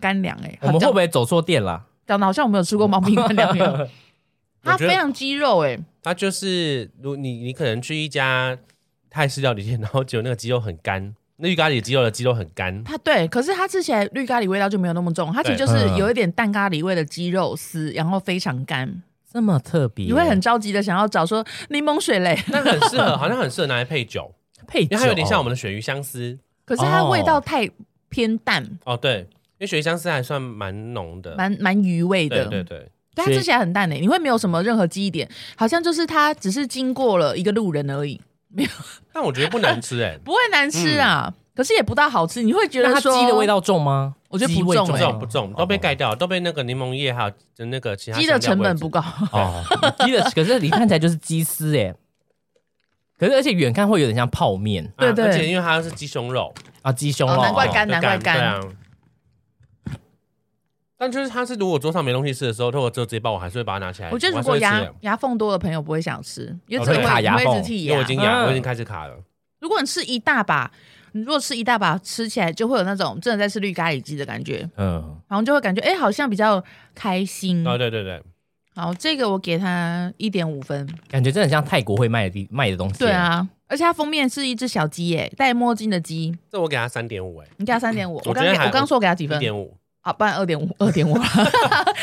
Speaker 2: 干粮哎、欸。
Speaker 3: 我们会不
Speaker 2: 会
Speaker 3: 会走错店啦？
Speaker 2: 讲的好像我没有吃过猫咪干粮一 样？它
Speaker 4: 我觉得
Speaker 2: 非常鸡肉哎、欸，
Speaker 4: 它就是，如你你可能去一家泰式料理店，然后只有那个鸡肉很干，那绿咖喱鸡肉的鸡肉很干，
Speaker 2: 它对，可是它吃起来绿咖喱味道就没有那么重，它其实就
Speaker 4: 对
Speaker 2: 是
Speaker 3: 嗯
Speaker 2: 有一点淡咖喱味的鸡肉丝，然后非常干，
Speaker 3: 这么特别，
Speaker 2: 你会很着急的想要找说柠檬水嘞，
Speaker 4: 那很适合，好像很适合拿来配酒，
Speaker 3: 配
Speaker 4: 因
Speaker 3: 酒，
Speaker 4: 为它有点像我们的鳕鱼香丝。
Speaker 2: 可是它
Speaker 3: 哦
Speaker 2: 味道太偏淡，
Speaker 4: 哦，对，因为鳕鱼香丝还算蛮浓的，
Speaker 2: 蛮蛮余味的。
Speaker 4: 哦对对对，
Speaker 2: 对，它
Speaker 3: 所以
Speaker 2: 吃起来很淡欸诶、你会没有什么任何记忆点，好像就是它只是经过了一个路人而已，，
Speaker 4: 但我觉得不难吃哎
Speaker 2: 不会难吃啊。可是也不到好吃，你会觉
Speaker 3: 那
Speaker 2: 得
Speaker 3: 它
Speaker 2: 说
Speaker 3: 鸡的味，道重吗？
Speaker 2: 我觉得不
Speaker 3: 鸡味哎
Speaker 2: 重
Speaker 4: 不
Speaker 2: 欸
Speaker 4: 重不重，都被
Speaker 3: 哦
Speaker 4: 盖掉，都被那个柠檬叶还有那个其他
Speaker 2: 鸡的
Speaker 4: 香
Speaker 2: 成
Speaker 4: 料
Speaker 2: 本
Speaker 4: 味
Speaker 2: 不高，
Speaker 3: 哦，鸡的，可是你看起来就是鸡丝哎，可是而且远看会有点像泡面
Speaker 4: 啊
Speaker 2: 对对
Speaker 4: 而且因为它是鸡 胸肉，
Speaker 3: 啊，鸡胸
Speaker 2: 哦
Speaker 3: 肉，
Speaker 2: 难怪干
Speaker 4: 就
Speaker 2: 难怪干
Speaker 4: 对啊。但就是它是，如果桌上没东西吃的时候，如果只有这一包，我还是会把它拿起来。
Speaker 2: 我觉得如
Speaker 4: 还是会
Speaker 2: 果
Speaker 4: 哎吃
Speaker 2: 牙
Speaker 4: 的
Speaker 2: 牙缝多的朋友不会想吃，因为
Speaker 4: 哦
Speaker 2: 这个
Speaker 4: 对
Speaker 2: 会
Speaker 3: 卡牙
Speaker 2: 你会一
Speaker 3: 缝
Speaker 2: 直剔
Speaker 4: 因为我已
Speaker 2: 牙。
Speaker 4: 经牙，
Speaker 3: 嗯
Speaker 4: 我已经开始卡了。
Speaker 2: 如果你吃一大把，你如果吃一大把吃起来就会有那种真的在吃绿咖喱鸡的感觉，
Speaker 3: 嗯，
Speaker 2: 然后就会感觉哎、诶好像比较开心。
Speaker 4: 哦，对对
Speaker 2: 嗯
Speaker 4: 对，
Speaker 2: 好，这个我给它一点五分。
Speaker 3: 感觉真的很像泰国会卖的地卖的东西。
Speaker 2: 对，啊，而且它封面是一只小鸡耶，戴墨镜的鸡。
Speaker 4: 这我给它三点五哎，
Speaker 2: 你给它三点五，我
Speaker 4: 我
Speaker 2: 刚
Speaker 4: 觉
Speaker 2: 给
Speaker 4: 得
Speaker 2: 我
Speaker 4: 还
Speaker 2: 刚说我给它几
Speaker 4: 一
Speaker 2: 分？
Speaker 4: 点五，
Speaker 2: 啊，不然二点五， 二 点五，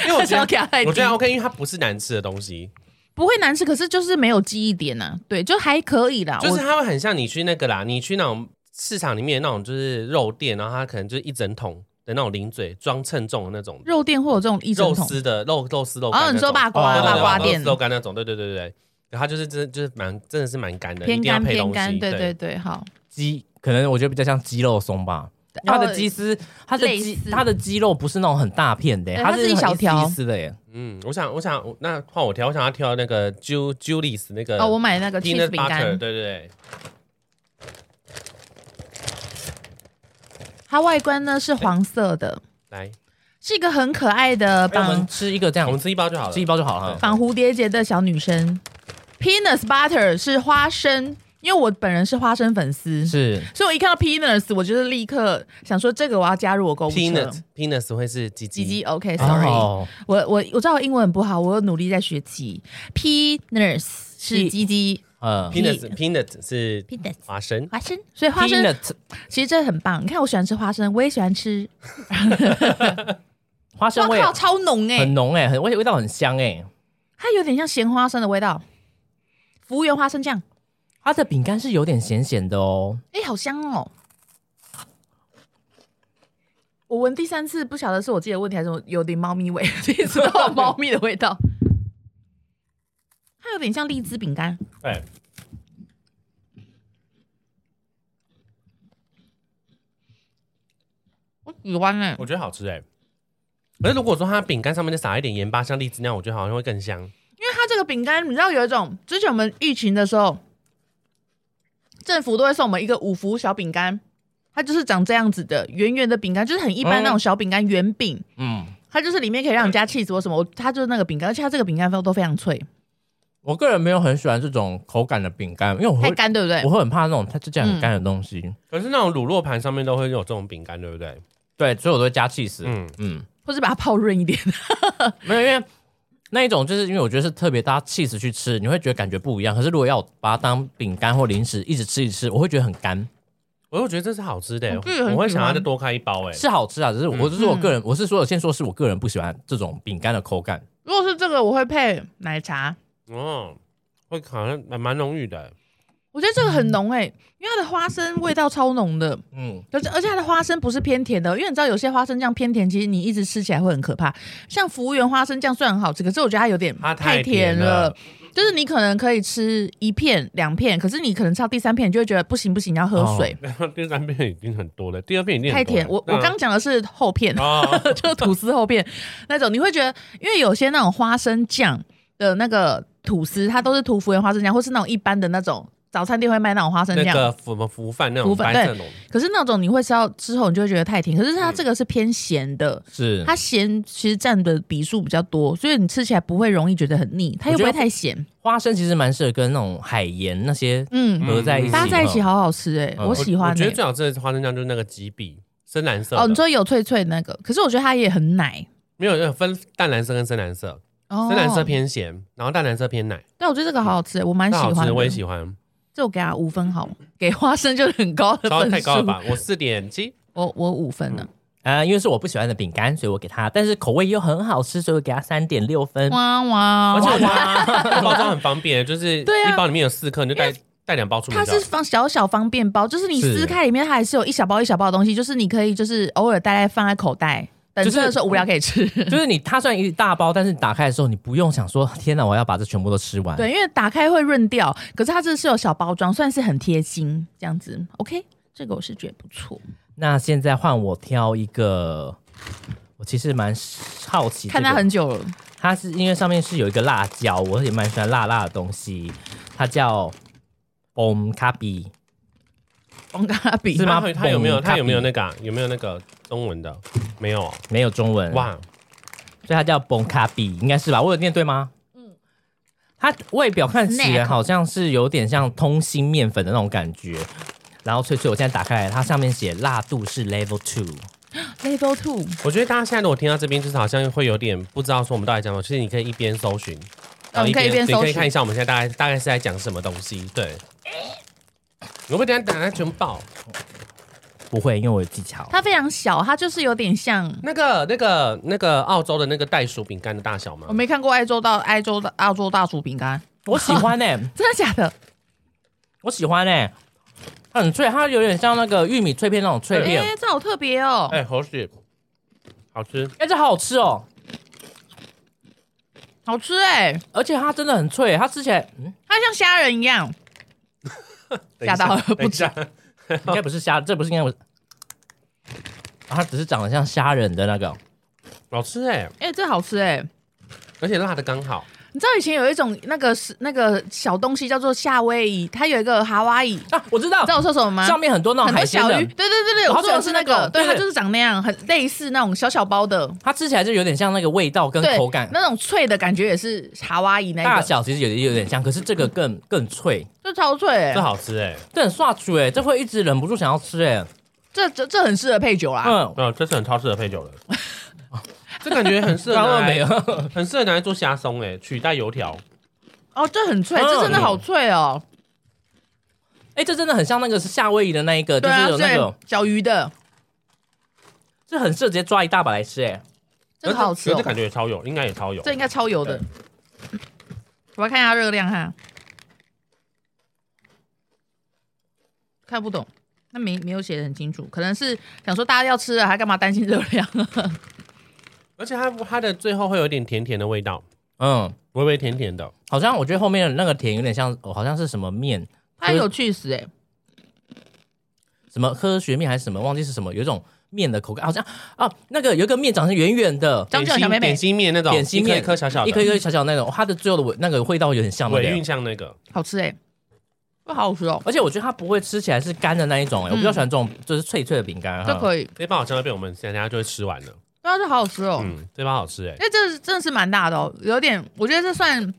Speaker 4: 因为我
Speaker 2: 还是
Speaker 4: 觉
Speaker 2: 要
Speaker 4: 得
Speaker 2: 给它太低
Speaker 4: 我觉得 OK，因为它不是难吃的东西，
Speaker 2: 不会难吃，可是就是没有记忆点呐、对，就还可以啦。
Speaker 4: 就是
Speaker 2: 啊我
Speaker 4: 它会很像你去那个啦，你去那种市场里面那种就是肉店，然后它可能就是一整桶的那种零嘴装称重的那种
Speaker 2: 肉店会有这种一整
Speaker 4: 肉
Speaker 2: 桶，
Speaker 4: 丝的肉肉丝肉干那
Speaker 2: 哦，
Speaker 4: 种。
Speaker 2: 你说霸瓜
Speaker 4: 对
Speaker 3: 哦
Speaker 4: 对
Speaker 2: 霸
Speaker 4: 对
Speaker 2: 瓜
Speaker 4: 肉丝
Speaker 2: 店
Speaker 4: 肉干那种，对对对对对。然后它就是真就是蛮真的是蛮干的，
Speaker 2: 偏
Speaker 4: 一定要
Speaker 2: 干
Speaker 4: 配
Speaker 2: 偏
Speaker 4: 东
Speaker 2: 干，
Speaker 4: 西。
Speaker 2: 对对对，好。
Speaker 3: 鸡可能我觉得比较像鸡肉松吧。因为它的鸡丝，它的
Speaker 2: 哦类
Speaker 3: 鸡，
Speaker 2: 似
Speaker 3: 它的鸡肉不是那种很大片的耶，
Speaker 2: 对它是一
Speaker 3: 很
Speaker 2: 小条
Speaker 3: 丝的耶。
Speaker 4: 嗯，我想我想我那换我挑，我想要挑那个 Ju Julius 那个
Speaker 3: 呃
Speaker 2: 哦，我买那个 cheese
Speaker 4: peanut
Speaker 2: 饼
Speaker 4: butter，
Speaker 2: 干，
Speaker 4: 对对对，
Speaker 2: 它外观呢是黄色的，
Speaker 4: 来，
Speaker 2: 是一个很可爱的
Speaker 3: 哎那我
Speaker 2: 绑
Speaker 3: 们吃一个这样
Speaker 4: 我，们吃一包就好了
Speaker 3: 吃一。包就好了
Speaker 4: 对。
Speaker 2: 绑蝴蝶结的小女生。Peanut butter 是花生，因为我本人是花生粉丝，
Speaker 3: 是
Speaker 2: 所以我一看到 peanuts，我就是立刻想说这个我要加入我购物车。
Speaker 4: Peanut Peanut 会是鸡
Speaker 2: 鸡
Speaker 4: 鸡
Speaker 2: 鸡，OK，sorry，、
Speaker 3: 嗯哦
Speaker 2: 我我我知道我英文很不好，我有努力在学习。Peanuts 是鸡鸡
Speaker 3: 嗯
Speaker 4: Peanut Peanut 是
Speaker 2: ，peanuts
Speaker 4: 花生，
Speaker 2: 花生，所以花生
Speaker 3: ，peanut
Speaker 2: 其实这很棒。你看我喜欢吃花生，我也喜欢吃，
Speaker 3: 花生味
Speaker 2: 哇
Speaker 3: 啊
Speaker 2: 靠，超浓哎、
Speaker 3: 很浓哎，很味味道很香哎。
Speaker 2: 它有点像咸花生的味道，服务员花生酱，
Speaker 3: 它的饼干是有点咸咸的哦，
Speaker 2: 哎、好香哦。我闻第三次不晓得是我自己的问题还是我有点猫咪味， 第一次到猫咪的味道，它有点像荔枝饼干，
Speaker 3: 哎，
Speaker 2: 我喜欢哎、
Speaker 4: 我觉得好吃哎、可是如果说它饼干上面再撒一点盐巴，像荔枝那样，我觉得好像会更香。
Speaker 2: 因为它这个饼干，你知道有一种，之前我们疫情的时候，政府都会送我们一个五福小饼干，它就是长这样子的，圆圆的饼干，就是很一般那种小饼干圆饼，
Speaker 3: 嗯，
Speaker 2: 它就是里面可以让你加 cheese 或什么，我它就是那个饼干，而且它这个饼干都都非常脆，
Speaker 3: 我个人没有很喜欢这种口感的饼干，因为我
Speaker 2: 太
Speaker 3: 会
Speaker 2: 干，对嗯不对
Speaker 3: 我？会很怕那种它就这样很干的东西。
Speaker 4: 可是那种乳酪盘上面都会有这种饼干，对不对？
Speaker 3: 对，所以我都会加 cheese。嗯
Speaker 4: 嗯，
Speaker 3: 嗯，
Speaker 2: 或是把它泡润一点，
Speaker 3: 没有，因为那一种就是因为我觉得是特别搭 cheese 去吃，你会觉得感觉不一样。可是如果要把它当饼干或零食一直吃一直吃，我会觉得很干。
Speaker 4: 我又觉得这是好吃的、欸
Speaker 2: 我自己哦很
Speaker 4: 我会
Speaker 2: 喜
Speaker 4: 想要
Speaker 2: 欢
Speaker 4: 再多开一包哎、
Speaker 3: 是好吃啊，只是我就是我
Speaker 2: 嗯
Speaker 3: 个人，我是说我先说是我个人不喜欢这种饼干的口感。
Speaker 2: 如果是这个，我会配奶茶。
Speaker 4: 哦，会好像蛮蛮浓郁的、
Speaker 2: 我觉得这个很浓哎、因为它的花生味道超浓的，
Speaker 3: 嗯，
Speaker 2: 可是而且它的花生不是偏甜的，因为你知道有些花生酱偏甜，其实你一直吃起来会很可怕。像服务员花生酱虽然很好吃，可是我觉得它有点
Speaker 4: 它太
Speaker 2: 太甜
Speaker 4: 甜了
Speaker 2: 就是你可能可以吃一片两片，可是你可能吃到第三片，你就会觉得不行不行，你要喝水，
Speaker 4: 哦第三片已经很多了，第二片已经
Speaker 2: 太
Speaker 4: 很多了
Speaker 2: 甜。我我刚讲的是厚片，
Speaker 4: 啊，
Speaker 2: 就是吐司厚片那种，你会觉得，因为有些那种花生酱的那个吐司，它都是涂福原花生酱，或是那种一般的那种早餐店会卖那种花生
Speaker 4: 那
Speaker 2: 酱。
Speaker 4: 个什么福饭那种
Speaker 2: 福饭
Speaker 4: 白色那种，
Speaker 2: 可是那种你会吃到之后，你就会觉得太甜。可是它这个是偏咸的，
Speaker 3: 是。
Speaker 2: 它咸其实占的比数比较多，所以你吃起来不会容易觉得很腻，它又不会太咸。
Speaker 3: 花生其实蛮适合跟那种海盐那些
Speaker 2: 嗯，
Speaker 3: 合在一起，
Speaker 2: 搭在一起好好吃哎、
Speaker 3: 嗯
Speaker 2: 我喜欢、
Speaker 4: 我觉得
Speaker 2: 欸。
Speaker 4: 最好吃的花生酱就是那个鸡髀，深蓝色的。
Speaker 2: 哦，你说有脆脆那个，可是我觉得它也很奶。
Speaker 4: 没有有分淡蓝色跟深蓝色，
Speaker 2: 哦
Speaker 4: 深蓝色，偏咸，然后淡蓝色偏奶，
Speaker 2: 对，我觉得这个好好吃欸，我蛮
Speaker 4: 那
Speaker 2: 喜
Speaker 4: 好
Speaker 2: 欢
Speaker 4: 吃
Speaker 2: 的。
Speaker 4: 我也喜欢，
Speaker 2: 这我给他五分好，给花生就是很高的
Speaker 4: 超
Speaker 2: 分数，
Speaker 4: 太高了吧？我四点七，
Speaker 2: 我我五分了，
Speaker 3: 啊、因为是我不喜欢的饼干，所以我给它，但是口味又很好吃，所以我给它三点六分。
Speaker 2: 哇哇！
Speaker 4: 嗯而且我
Speaker 2: 哇
Speaker 4: 觉 得包装很方便，就是
Speaker 2: 哦对啊
Speaker 4: 一包里面有四颗，你就带带两包出
Speaker 2: 它
Speaker 4: 门就好
Speaker 2: 是
Speaker 4: 了。
Speaker 2: 放小小方便包，就是你
Speaker 3: 是
Speaker 2: 撕开里面，它还是有一小包一小包的东西，就是你可以就是偶尔带来放在口袋，等
Speaker 3: 就是
Speaker 2: 吃的时候无聊可以吃。
Speaker 3: 就是你它虽然一大包，但是你打开的时候你不用想说天哪，我要把这全部都吃完。，
Speaker 2: 对，因为打开会润掉，可是它这是有小包装，算是很贴心这样子。OK，这个我是觉得不错，
Speaker 3: 那现在换我挑一个，我其实蛮好奇、这个，
Speaker 2: 看它很久了，
Speaker 3: 它是因为上面是有一个辣椒，我也蛮喜欢辣辣的东西，它叫 Om k a b i
Speaker 2: 王咖比
Speaker 3: 是吗
Speaker 4: 它它有没有
Speaker 3: 蹦咖
Speaker 4: 它有没有
Speaker 3: 喱
Speaker 4: 那个啊有没有那个中文的？没有哦
Speaker 3: 没有中文，
Speaker 4: 哇，
Speaker 3: 所以它叫 Om k a b i 应该是吧？我有念对吗？它外表看起
Speaker 2: 嗯
Speaker 3: 来
Speaker 2: Snack
Speaker 3: 好像是有点像通心面粉的那种感觉，然后脆脆，我现在打开来，它上面写辣度是 Level Two，
Speaker 2: Level Two，
Speaker 4: 我觉得大家现在如果听到这边，就是好像会有点不知道说我们到底讲什么。其实你可以一边搜寻，然后
Speaker 2: 哦你可以一边
Speaker 4: 你可
Speaker 2: 搜
Speaker 4: 以
Speaker 2: 寻
Speaker 4: 看一下我们现在大概大概是在讲什么东西。对，我会不会等一下等它全部爆。
Speaker 3: 不会，因为我有技巧。
Speaker 2: 它非常小，它就是有点像
Speaker 4: 那个、那个、那个澳洲的那个袋鼠饼干的大小吗
Speaker 2: 哦我？没看过爱州到爱州的澳洲大薯饼干，
Speaker 3: 我喜欢呢、欸
Speaker 2: 真的假的？
Speaker 3: 我喜欢呢、它很脆，它有点像那个玉米脆片那种脆
Speaker 2: 哎、
Speaker 3: 片，
Speaker 2: 这好特别哦、
Speaker 4: 哎、好吃，好吃。
Speaker 3: 哎、这好好吃哦、
Speaker 2: 好吃哎、
Speaker 3: 而且它真的很脆，它吃起来、嗯、
Speaker 2: 它像虾仁一样，吓到了
Speaker 4: 等
Speaker 2: 不
Speaker 4: 一
Speaker 2: 止
Speaker 4: 下，
Speaker 3: 应该不是虾，这不是应该不是，啊它只是长得像虾仁的那个，
Speaker 4: 好吃哎、
Speaker 2: 哎、这好吃哎、
Speaker 4: 而且辣的刚好。
Speaker 2: 你知道以前有一种那个是那个小东西叫做夏威夷，它有一个哈哇伊，你
Speaker 3: 啊，我知道
Speaker 2: 知，道我说什么吗？
Speaker 3: 上面很多那种
Speaker 2: 很多
Speaker 3: 海鲜
Speaker 2: 小
Speaker 3: 的哦
Speaker 2: 鱼，，对对对对，
Speaker 3: 我
Speaker 2: 我
Speaker 3: 好
Speaker 2: 做的
Speaker 3: 喜
Speaker 2: 是
Speaker 3: 欢
Speaker 2: 那
Speaker 3: 吃那
Speaker 2: 个
Speaker 3: 个，
Speaker 2: 对，
Speaker 3: 对
Speaker 2: 它就是长那样，很类似那种小小包的，
Speaker 3: 它吃起来就有点像那个味道跟
Speaker 2: 对
Speaker 3: 口感，
Speaker 2: 那种脆的感觉也是哈哇伊那
Speaker 3: 大
Speaker 2: 个，
Speaker 3: 小其实有点有点像，可是这个更更脆，
Speaker 2: 这超脆、欸
Speaker 4: 这，好吃哎、
Speaker 3: 这很刷嘴，哎，这会一直忍不住想要吃哎、
Speaker 2: 这这这很适合配酒啦，
Speaker 3: 嗯，
Speaker 4: 嗯，这是很超适合 配酒的。这感觉很适合
Speaker 3: 刚
Speaker 4: 拿
Speaker 3: 刚没
Speaker 4: 来，
Speaker 3: 有，
Speaker 4: 很适合拿来做虾松哎、取代油条。
Speaker 2: 哦，这很脆，
Speaker 3: 嗯
Speaker 2: 这真的好脆哦、
Speaker 3: 哎，这真的很像那个是夏威夷的那一个，就
Speaker 2: 对啊，
Speaker 3: 是有那
Speaker 2: 对
Speaker 3: 种，
Speaker 2: 小鱼的，
Speaker 3: 这很适合直接抓一大把来吃哎，
Speaker 2: 这个好吃
Speaker 4: 可
Speaker 2: 哦、
Speaker 4: 是这感觉也超油，应该也超油。
Speaker 2: 这应该超油的。我要看一下热量哈，看不懂，那没没有写的很清楚，可能是想说大家要吃了，还干嘛担心热量？啊
Speaker 4: 而且它它的最后会有一点甜甜的味道，
Speaker 3: 嗯，
Speaker 4: 微微甜甜的。
Speaker 3: 好像我觉得后面的那个甜有点像，哦好像是什么面，
Speaker 2: 它有趣死哎、
Speaker 3: 什么科学面还是什么，忘记是什么，有一种面的口感，好像啊，那个有一个面长成圆圆的，
Speaker 2: 张志勇小妹妹
Speaker 4: 点心面那种，
Speaker 3: 点心面
Speaker 4: 一颗一颗小小的，
Speaker 3: 一颗一颗小小的那种，它的最后的味那个味道有点像那
Speaker 4: 尾
Speaker 3: 个
Speaker 4: 韵像那个。
Speaker 2: 好吃哎、哇，好好吃哦，
Speaker 3: 而且我觉得它不会吃起来是干的那一种、欸，我比较
Speaker 2: 嗯
Speaker 3: 喜欢这种就是脆脆的饼干哈。
Speaker 2: 这可以，
Speaker 4: 这包好像被我们等下就会吃完了。
Speaker 2: 对啊，这好好吃哦。
Speaker 4: 嗯，这包好吃哎、
Speaker 2: 哎、这是真的是蛮大的哦，有点，我觉得这算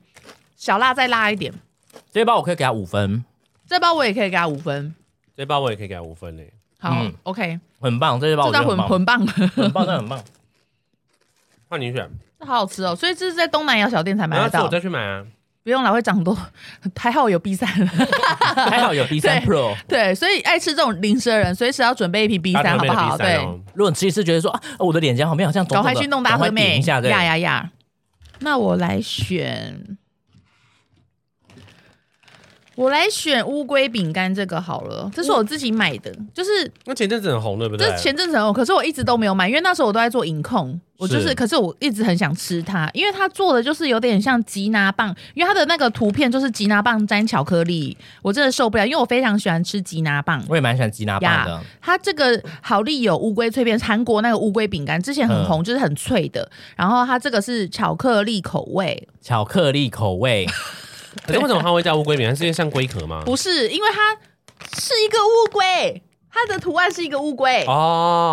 Speaker 2: 小辣再辣一点。
Speaker 3: 这一包我可以给它五分，
Speaker 2: 这包我也可以给它五分，
Speaker 4: 这包我也可以给它五分哎、
Speaker 2: 好、
Speaker 3: 嗯
Speaker 2: o k
Speaker 3: 很棒，这一包
Speaker 2: 这
Speaker 3: 我觉
Speaker 2: 张
Speaker 3: 得
Speaker 2: 混
Speaker 3: 很
Speaker 2: 混
Speaker 3: 棒，
Speaker 2: 棒，
Speaker 3: 很棒，真的很 棒。
Speaker 4: 换你选，
Speaker 2: 这好好吃哦。所以这是在东南亚小店才买
Speaker 4: 然后
Speaker 2: 得
Speaker 4: 吃我
Speaker 2: 到
Speaker 4: 再，去买啊。
Speaker 2: 不用了，会长很多。 还好有 B 三，
Speaker 3: 还好有 B 三 Pro。
Speaker 2: 对，所以爱吃这种零食的人，随时要准备一瓶 B
Speaker 4: 大家
Speaker 2: 三，好不
Speaker 4: 都没有
Speaker 2: 好？
Speaker 4: 比赛
Speaker 2: 对，
Speaker 4: 哦
Speaker 3: 如果你吃一次觉得说啊，我的脸颊旁边好像肿
Speaker 2: 赶
Speaker 3: 肿的
Speaker 2: 快去弄大
Speaker 3: 赶快
Speaker 2: 喝妹，
Speaker 3: 点一下对。
Speaker 2: 呀呀呀！那我来选，我来选乌龟饼干这个好了，这是我自己买的，
Speaker 3: 嗯
Speaker 2: 就是
Speaker 4: 那前阵子很红，对不对？
Speaker 2: 这前阵子很有，可是我一直都没有买，因为那时候我都在做影控，我就是是，可是我一直很想吃它，因为它做的就是有点像吉拿棒，因为它的那个图片就是吉拿棒沾巧克力，我真的受不了，因为我非常喜欢吃吉拿棒。
Speaker 3: 我也蛮喜欢吉拿棒的，
Speaker 2: 它这个好丽友乌龟脆片，韩国那个乌龟饼干之前很
Speaker 3: 嗯
Speaker 2: 红，就是很脆的。然后它这个是巧克力口味，
Speaker 3: 巧克力口 味，
Speaker 4: 可是为什么它会叫乌龟饼？它是因为像龟壳吗？
Speaker 2: 不是因为它是一个乌龟，它的图案是一个乌龟。
Speaker 4: 哦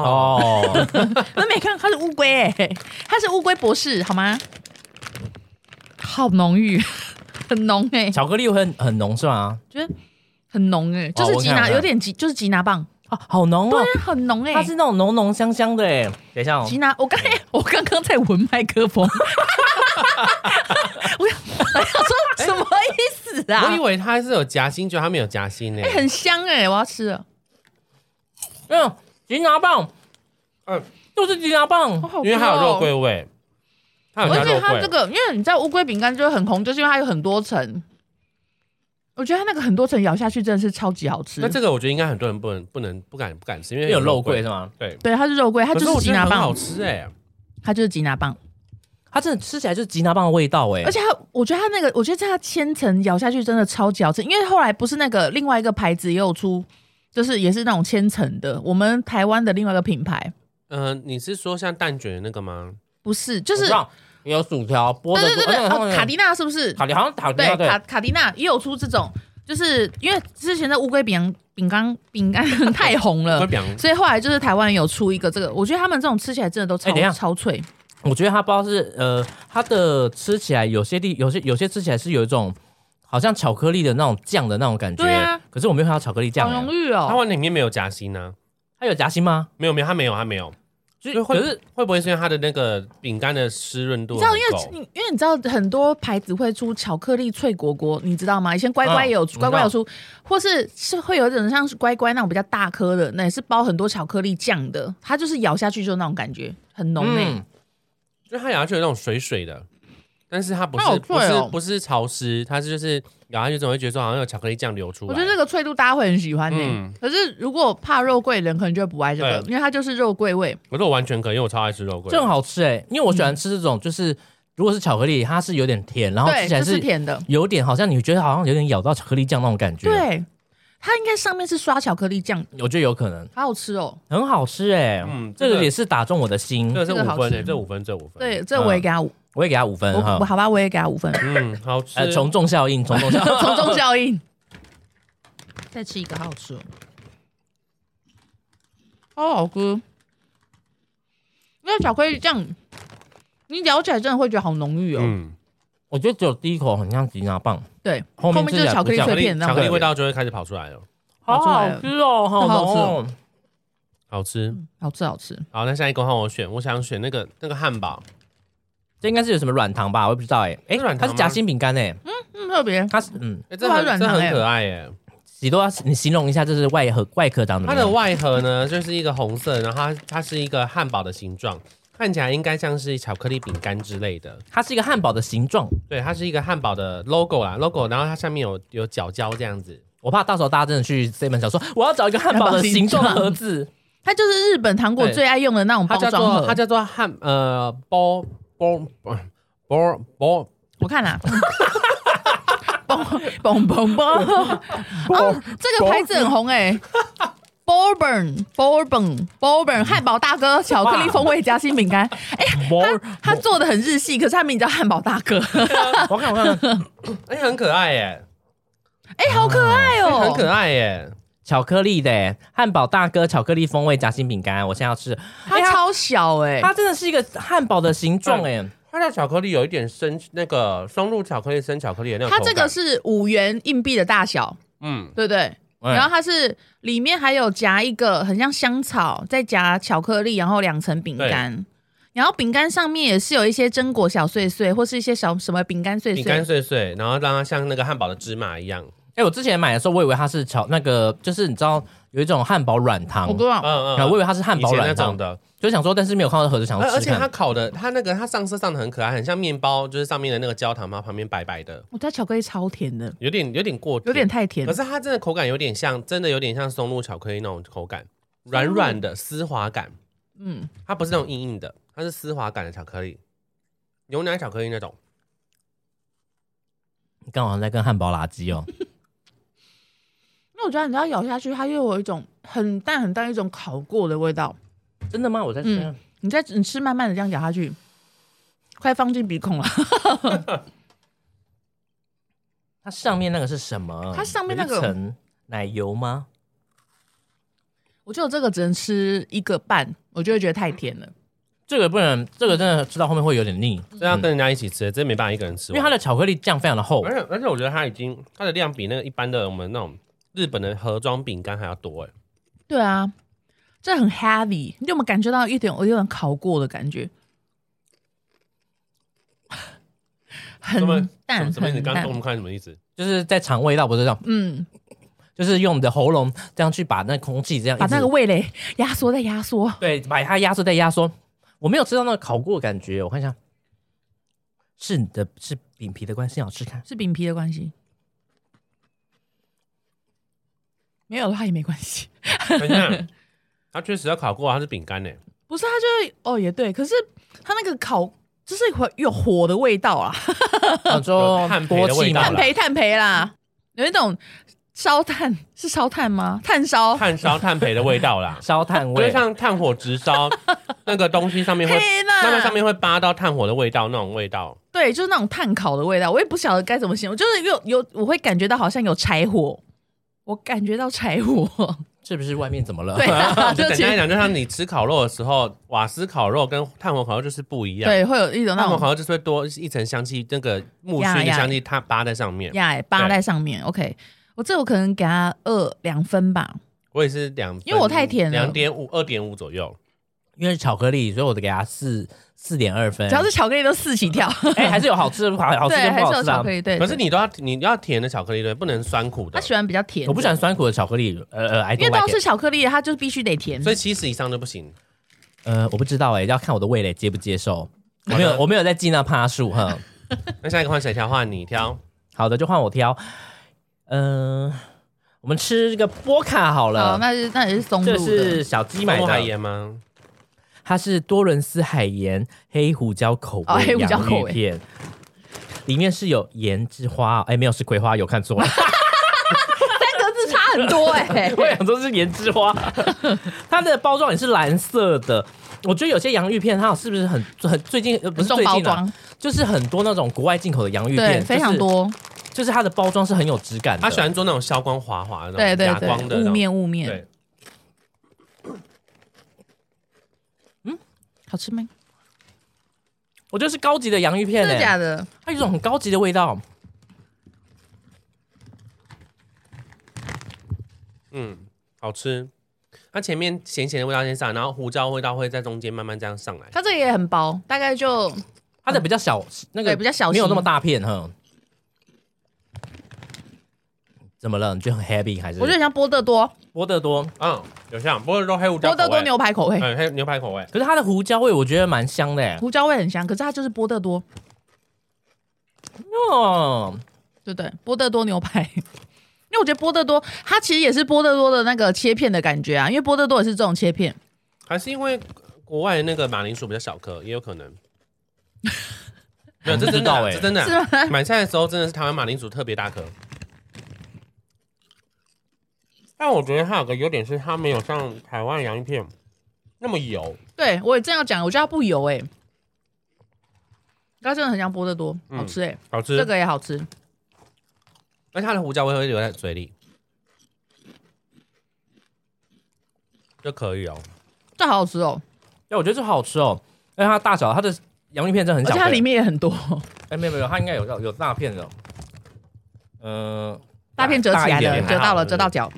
Speaker 4: 哦，
Speaker 3: 哦，
Speaker 2: 你们没看，它是乌龟哎，它是乌龟博士好吗？好浓郁， 很浓哎、
Speaker 3: 巧克力会很很浓是吗？
Speaker 2: 很浓哎、就
Speaker 3: 哦
Speaker 2: 是
Speaker 3: 我
Speaker 2: 吉
Speaker 3: 看
Speaker 2: 拿，
Speaker 3: 我看
Speaker 2: 有点吉，就是吉拿棒，
Speaker 3: 啊，好浓哦，
Speaker 2: 但很浓哎、
Speaker 3: 它是那种浓浓香香的哎。等一下哦，
Speaker 2: 吉拿，我刚才 我刚刚在闻麦克风， 我想我想 说什么意思啊？
Speaker 4: 我以为它是有夹心，结果它没有夹心呢、欸
Speaker 2: 哎、很香哎、我要吃了，
Speaker 3: 嗯，吉拿棒，
Speaker 4: 嗯
Speaker 3: 嗯，就是吉拿棒
Speaker 2: 好，好吃
Speaker 4: 因为它有肉
Speaker 2: 哦
Speaker 4: 桂。味，它有加
Speaker 2: 而且
Speaker 4: 肉
Speaker 2: 它
Speaker 4: 桂。
Speaker 2: 这个，因为你知道乌龟饼干就会很红，就是因为它有很多层。我觉得它那个很多层咬下去真的是超级好吃。
Speaker 4: 那这个我觉得应该很多人不能不能不敢不敢吃，因为
Speaker 3: 哎有肉桂
Speaker 4: 桂
Speaker 3: 是。吗？
Speaker 4: 对，
Speaker 2: 对，它是肉桂，它
Speaker 4: 它
Speaker 2: 就是吉拿
Speaker 4: 很好
Speaker 2: 棒，
Speaker 4: 吃哎、
Speaker 2: 它就是吉拿棒。
Speaker 3: 它真的吃起来就是吉拿棒的味道哎
Speaker 2: 而，且它，我觉得它那个，我觉得它千层咬下去真的超级好吃。因为后来不是那个另外一个牌子也有出，就是也是那种千层的，我们台湾的另外一个品牌
Speaker 4: 嗯、你是说像蛋卷的那个吗？
Speaker 2: 不是，就是
Speaker 3: 我知道有薯条，剥
Speaker 2: 对
Speaker 3: 的
Speaker 2: 对对对，哦，卡迪娜是不是？
Speaker 3: 卡迪好像卡迪
Speaker 2: 对
Speaker 3: 啊
Speaker 2: 卡卡迪娜也有出这种，就是因为之前的乌龟饼饼干饼干太红
Speaker 4: 龟
Speaker 2: 了，
Speaker 4: 饼，
Speaker 2: 所以后来就是台湾有出一个这个，我觉得他们这种吃起来真的都超、
Speaker 3: 哎等一下
Speaker 2: 超脆，
Speaker 3: 我觉得它包是呃，它的吃起来有些地有些有些吃起来是有一种好像巧克力的那种酱的那种感觉，
Speaker 2: 对啊
Speaker 3: 可是我没有看到巧克力酱
Speaker 2: 好
Speaker 3: 欸、
Speaker 2: 浓郁
Speaker 4: 它
Speaker 2: 哦。
Speaker 4: 碗里面没有夹心呢、
Speaker 3: 它有夹心吗？
Speaker 4: 没有没有，它没有它没有。
Speaker 3: 就
Speaker 4: 所以会
Speaker 3: 可是
Speaker 4: 会不会是因为它的那个饼干的湿润度
Speaker 2: 你知
Speaker 4: 很
Speaker 2: 道，因
Speaker 4: 够？
Speaker 2: 为你因为你知道很多牌子会出巧克力脆果果，你知道吗？以前乖乖也有、
Speaker 3: 嗯
Speaker 2: 出，乖乖有出，或是是会有一种像是乖乖那种比较大颗的，那也是包很多巧克力酱的，它就是咬下去就那种感觉，很浓欸诶、
Speaker 3: 嗯，
Speaker 4: 就它咬下去有那种水水的，但是它不是、
Speaker 2: 它好脆
Speaker 4: 不
Speaker 2: 哦
Speaker 4: 是不是潮湿，它是就是咬下去总会觉得说好像有巧克力酱流出来。
Speaker 2: 我觉得这个脆度大家会很喜欢呢、
Speaker 4: 嗯
Speaker 2: 可是如果怕肉桂的人，可能就会不爱这个，
Speaker 4: 对
Speaker 2: 因为它就是肉桂味。
Speaker 4: 我说我完全可以，因为我超爱吃肉桂。
Speaker 3: 这很好吃哎、因为我喜欢吃这种，就是如果是巧克力，它是有点甜，然后吃
Speaker 2: 对，
Speaker 3: 起来
Speaker 2: 这是
Speaker 3: 是
Speaker 2: 甜的。
Speaker 3: 有点好像你觉得好像有点咬到巧克力酱那种感觉，，
Speaker 2: 对，它应该上面是刷巧克力酱，
Speaker 3: 我觉得有可能
Speaker 2: 好好吃哦。
Speaker 3: 很好吃哎、
Speaker 4: 嗯
Speaker 3: 这
Speaker 4: 这
Speaker 3: 个
Speaker 4: 个
Speaker 3: 也是打中我的心，
Speaker 4: 这个是
Speaker 2: 这个
Speaker 4: 五
Speaker 2: 好
Speaker 4: 分
Speaker 2: 吃
Speaker 4: 诶、这五分这五分。
Speaker 2: 对，，这我也给他五，
Speaker 3: 我也给它五分
Speaker 2: 我
Speaker 3: 哈
Speaker 2: 我，好吧，我也给他五分。
Speaker 4: 嗯，好吃。
Speaker 3: 呃，从 众效应，从众效应，
Speaker 2: 从众效应。再吃一个，好好吃哦，好好喝。那巧克力酱，你咬起来真的会觉得好浓郁哦。
Speaker 4: 嗯，
Speaker 3: 我觉得只有第一口很像吉拿棒，
Speaker 2: 对，
Speaker 3: 后面
Speaker 2: 就是巧克力
Speaker 3: 吃起
Speaker 2: 脆
Speaker 4: 巧克
Speaker 3: 来不像
Speaker 4: 力
Speaker 2: 片那
Speaker 4: 巧
Speaker 2: 种
Speaker 4: 克
Speaker 2: 感
Speaker 4: 力
Speaker 2: 觉，
Speaker 4: 味道就会开始跑出来了，
Speaker 3: 好
Speaker 2: 好
Speaker 3: 好
Speaker 2: 吃
Speaker 3: 吃哦，好
Speaker 2: 好吃
Speaker 3: 浓、哦。
Speaker 4: 好吃。
Speaker 2: 好吃好吃。
Speaker 4: 好，那下一个换我选，我想选那个那个汉堡，
Speaker 3: 这应该是有什么软糖吧？我也不知道哎、哎、
Speaker 4: 是软
Speaker 3: 它
Speaker 4: 糖吗
Speaker 3: 是夹心饼干哎，
Speaker 2: 嗯，特别
Speaker 3: 它是嗯，
Speaker 4: 哎、这
Speaker 2: 哇
Speaker 4: 很
Speaker 2: 软
Speaker 4: 这
Speaker 2: 糖
Speaker 4: 很
Speaker 2: 欸
Speaker 4: 可爱耶。
Speaker 3: 喜多，你形容一下，这是外盒外壳长怎么
Speaker 4: 它
Speaker 3: 样？
Speaker 4: 的外盒呢，就是一个红色，然后它它是一个汉堡的形状，看起来应该像是巧克力饼干之类的。
Speaker 3: 它是一个汉堡的形状，
Speaker 4: 对，它是一个汉堡的 logo 啦，logo，然后它上面有有角胶这样子。
Speaker 3: 我怕到时候大家真的去 seven 想说我要找一个汉堡的形状的盒子，
Speaker 2: 它就是日本糖果
Speaker 4: 对
Speaker 2: 最爱用的那种
Speaker 4: 它
Speaker 2: 包
Speaker 4: 叫
Speaker 2: 装
Speaker 4: 做
Speaker 2: 盒。
Speaker 4: 它叫做汉呃包包包包包
Speaker 2: 我看啊 啦，嘣嘣嘣嘣！ 哦，这个牌子很红哎、Bourbon Bourbon Bourbon 汉堡大哥巧克力风味夹心饼干，
Speaker 3: 我
Speaker 2: 他做的很日系，可是他名叫汉堡大哥，
Speaker 4: 我看我看，哎、很可爱耶，
Speaker 2: 哎、好可爱哦、
Speaker 4: 很可爱耶，
Speaker 3: 巧克力的耶汉堡大哥巧克力风味夹心饼干，我现在要吃。哎
Speaker 2: 它超小哎、
Speaker 3: 它真的是一个汉堡的形状哎、
Speaker 4: 它的巧克力有一点生那个松露巧克力、生巧克力的那种
Speaker 2: 它
Speaker 4: 口
Speaker 2: 这
Speaker 4: 感。
Speaker 2: 个是五元硬币的大小，
Speaker 4: 嗯，
Speaker 2: 对不对？然后它是里面还有夹一个很像香草，再夹巧克力，然后两层饼干。然后饼干上面也是有一些榛果小碎碎，或是一些小什么饼干碎
Speaker 4: 饼干
Speaker 2: 碎。
Speaker 4: 碎碎，然后让它像那个汉堡的芝麻一样。
Speaker 3: 哎、我之前买的时候，我以为它是巧那个，就是你知道有一种汉堡软糖
Speaker 2: 我，不知道
Speaker 4: 嗯，嗯，
Speaker 3: 然后我以为它是汉
Speaker 4: 以
Speaker 3: 堡
Speaker 4: 前那
Speaker 3: 软
Speaker 4: 种
Speaker 3: 糖，
Speaker 4: 的，
Speaker 3: 就想说，但是没有看到盒子，想
Speaker 4: 而
Speaker 3: 要
Speaker 4: 而
Speaker 3: 吃
Speaker 4: 且它
Speaker 3: 看。
Speaker 4: 烤的，它那个它上色上的很可爱，很像面包，就是上面的那个焦糖嘛，旁边白白的，
Speaker 2: 我家巧克力超甜的，
Speaker 4: 有点有点过甜，
Speaker 2: 有点太甜
Speaker 4: 可。是它真的口感有点像，真的有点像松露巧克力那种口感，软软的丝滑感，
Speaker 2: 嗯，
Speaker 4: 它不是那种硬硬的，它是丝滑感的巧克力，牛奶巧克力那种。
Speaker 3: 你刚好在跟汉堡垃圾哦，
Speaker 2: 那我觉得你只要咬下去，它又有一种很淡很淡一种烤过的味道。
Speaker 3: 真的吗？我在吃。
Speaker 2: 嗯你再你吃慢慢的这样咬下去，快放进鼻孔了。
Speaker 3: 它上面那个是什么？
Speaker 2: 它上面那个
Speaker 3: 有一层奶油吗？
Speaker 2: 我觉得我这个只能吃一个半，我就会觉得太甜了。
Speaker 3: 这个不能，这个真的吃到后面会有点腻，
Speaker 4: 所以要跟人家一起吃，真没办法一个人吃
Speaker 3: 因
Speaker 4: 完。
Speaker 3: 为它的巧克力酱非常的厚
Speaker 4: 而。且而且我觉得它已经它的量比那个一般的我们那种日本的盒装饼干还要多哎。
Speaker 2: 对啊，这很 heavy，你有没有感觉到一点我有点烤过的感觉？很
Speaker 4: 什么什
Speaker 2: 淡，
Speaker 4: 么什么意思？
Speaker 2: 很
Speaker 4: 刚
Speaker 2: 淡
Speaker 4: 刚动。那么快什么意思？
Speaker 3: 就是在肠胃道不是这样，
Speaker 2: 嗯，
Speaker 3: 就是用你的喉咙这样去把那空气这样一
Speaker 2: 把
Speaker 3: 直
Speaker 2: 那个味蕾压缩再压缩，
Speaker 3: 对，把它压缩再压缩。我没有吃到那个烤过的感觉，我看一下，是你的是饼皮的关系，好吃 看。
Speaker 2: 是饼皮的关系。没有的话也没关系，
Speaker 4: 等一下，它确实要烤过，它是饼干呢。
Speaker 2: 不是它就会哦也对，可是它那个烤就是会有火的味道啦，啊
Speaker 3: 我
Speaker 4: 有
Speaker 3: 说，
Speaker 4: 炭焙的味道
Speaker 2: 炭
Speaker 4: 啦
Speaker 2: 焙炭焙啦，有一种烧炭是烧炭吗？炭烧
Speaker 4: 炭烧炭焙的味道啦
Speaker 3: 烧炭
Speaker 4: 就
Speaker 3: 味，
Speaker 4: 像炭火直烧那个东西 上面会，
Speaker 2: 天哪
Speaker 4: 上面上面会扒到炭火的味道那种味道。
Speaker 2: 对，就是那种炭烤的味道，我也不晓得该怎么形容，就是有有我会感觉到好像有柴火，我感觉到柴火，
Speaker 3: 是不是外面怎么了？
Speaker 2: 对啊，
Speaker 4: 就
Speaker 2: 就
Speaker 4: 简
Speaker 2: 其
Speaker 4: 单来
Speaker 2: 实
Speaker 4: 讲，就像你吃烤肉的时候，瓦斯烤肉跟炭火烤肉就是不一样。，
Speaker 2: 对会有一种那
Speaker 4: 炭火
Speaker 2: 种
Speaker 4: 烤肉就是会多一层香气，那个木
Speaker 2: 呀
Speaker 4: 须的
Speaker 2: 呀
Speaker 4: 香气，它扒在上面。
Speaker 2: 呀扒在上面。OK，我这我可能给它二两分吧，
Speaker 4: 我也是两分，
Speaker 2: 因为我太甜了
Speaker 4: 两点五、二点五左右。
Speaker 3: 因为是巧克力，所以我得给它四四点二分。
Speaker 2: 只要是巧克力都四起跳，
Speaker 3: 哎，还是有好吃的，好好吃
Speaker 2: 对，
Speaker 3: 跟
Speaker 2: 还
Speaker 3: 不
Speaker 2: 是
Speaker 3: 好
Speaker 2: 有
Speaker 3: 吃啊
Speaker 2: 巧克。力，对。
Speaker 4: 可是
Speaker 2: 对
Speaker 4: 你都要你要甜的巧克力对，不能酸苦
Speaker 2: 他。
Speaker 4: 的
Speaker 2: 喜欢比较甜，
Speaker 3: 我不喜欢，酸苦的巧克力，呃呃，I
Speaker 2: 因为
Speaker 3: don't
Speaker 2: 都要
Speaker 3: like
Speaker 2: 吃
Speaker 3: it。
Speaker 2: 巧克力，它就必须得甜。
Speaker 4: 所以七十以上就不行。
Speaker 3: 呃，我不知道哎，要看我的味蕾接不接受。我
Speaker 4: 好
Speaker 3: 没有，
Speaker 4: 的
Speaker 3: 我没有在记那趴数哈。
Speaker 4: 那下一个换谁挑？换你挑。
Speaker 3: 好的，就换我挑。嗯，我们吃这个波卡好
Speaker 2: 好，
Speaker 3: 了，这
Speaker 2: 那是那也是松露
Speaker 3: 这
Speaker 2: 的，
Speaker 3: 是小鸡买
Speaker 4: 木海
Speaker 3: 的。
Speaker 4: 盐吗？
Speaker 3: 它是多伦斯海盐黑胡椒口
Speaker 2: 哦黑
Speaker 3: 味
Speaker 2: 胡椒
Speaker 3: 洋
Speaker 2: 口
Speaker 3: 芋
Speaker 2: 味
Speaker 3: 片，里面是有盐之花，哎，没有是葵花，有看 错了，
Speaker 2: 三个字差很多哎、
Speaker 3: 我想说是盐之花。它的包装也是蓝色的，我觉得有些洋芋片它是不是很很最近呃不是
Speaker 2: 这种
Speaker 3: 最
Speaker 2: 包
Speaker 3: 近啊，
Speaker 2: 装，
Speaker 3: 就是很多那种国外进口的洋芋
Speaker 2: 对，
Speaker 3: 片，
Speaker 2: 非常，多，
Speaker 3: 就是它的包装是很有质感的。
Speaker 4: 他喜欢做那种消光滑滑的那
Speaker 2: 对
Speaker 4: 种
Speaker 2: 对
Speaker 4: 哑光的
Speaker 2: 对，雾
Speaker 4: 那种。
Speaker 2: 面雾面，
Speaker 4: 对，
Speaker 2: 好吃没？
Speaker 3: 我觉得是高级的洋芋片、
Speaker 2: 真的假
Speaker 3: 欸，
Speaker 2: 的？
Speaker 3: 它有一种很高级的味道。
Speaker 4: 嗯，好吃。它前面咸咸的味道先上，然后胡椒味道会在中间慢慢这样上来。
Speaker 2: 它这个也很薄，大概就
Speaker 3: 它的比较小，那
Speaker 2: 嗯
Speaker 3: 个
Speaker 2: 对比较小
Speaker 3: 没有
Speaker 2: 型
Speaker 3: 那么大片哈。怎么了？你觉得很 happy 还是？
Speaker 2: 我觉得很像波特多
Speaker 3: 波得多，
Speaker 4: 嗯，有像波士多黑胡
Speaker 2: 波
Speaker 4: 椒口味
Speaker 2: 特多牛排口味，
Speaker 3: 哎
Speaker 4: 嗯，黑牛排口味。
Speaker 3: 可是它的胡椒味我觉得蛮香的欸。
Speaker 2: 胡椒味很香，可是它就是波特多，
Speaker 3: 哦，
Speaker 2: 对不对？波特多牛排。因 为我觉得波特多它其实也是波特多的那个切片的感觉啊，因为波特多也是这种切片。
Speaker 4: 还是因为国外那个马铃薯比较小颗，也有可能。没有，这真的啊、
Speaker 3: 我不知道欸
Speaker 4: 这真的
Speaker 2: 是
Speaker 4: 啊、买菜的时候真的是台湾马铃薯特别大颗。但我觉得它有个优点是，它没有像台湾洋芋片那么油。
Speaker 2: 对我也正要讲，我觉得它不油哎、它真的很像波特多，
Speaker 4: 嗯
Speaker 2: 好吃哎、
Speaker 4: 好吃，
Speaker 2: 这个也好吃。
Speaker 4: 而且它的胡椒味会留在嘴里，这可以哦。
Speaker 2: 这好好吃哦，
Speaker 3: 哎，我觉得这好好吃哦，因为它大小，它的洋芋片真的很
Speaker 2: 而
Speaker 3: 小
Speaker 2: 且
Speaker 3: 份，
Speaker 2: 它里面也很多，
Speaker 3: 哎，没有没有，它应该有有大片的，嗯，
Speaker 2: 大片折起
Speaker 3: 大
Speaker 2: 来
Speaker 3: 一点
Speaker 2: 的，
Speaker 3: 点
Speaker 2: 折到
Speaker 4: 还好
Speaker 2: 了，折到脚。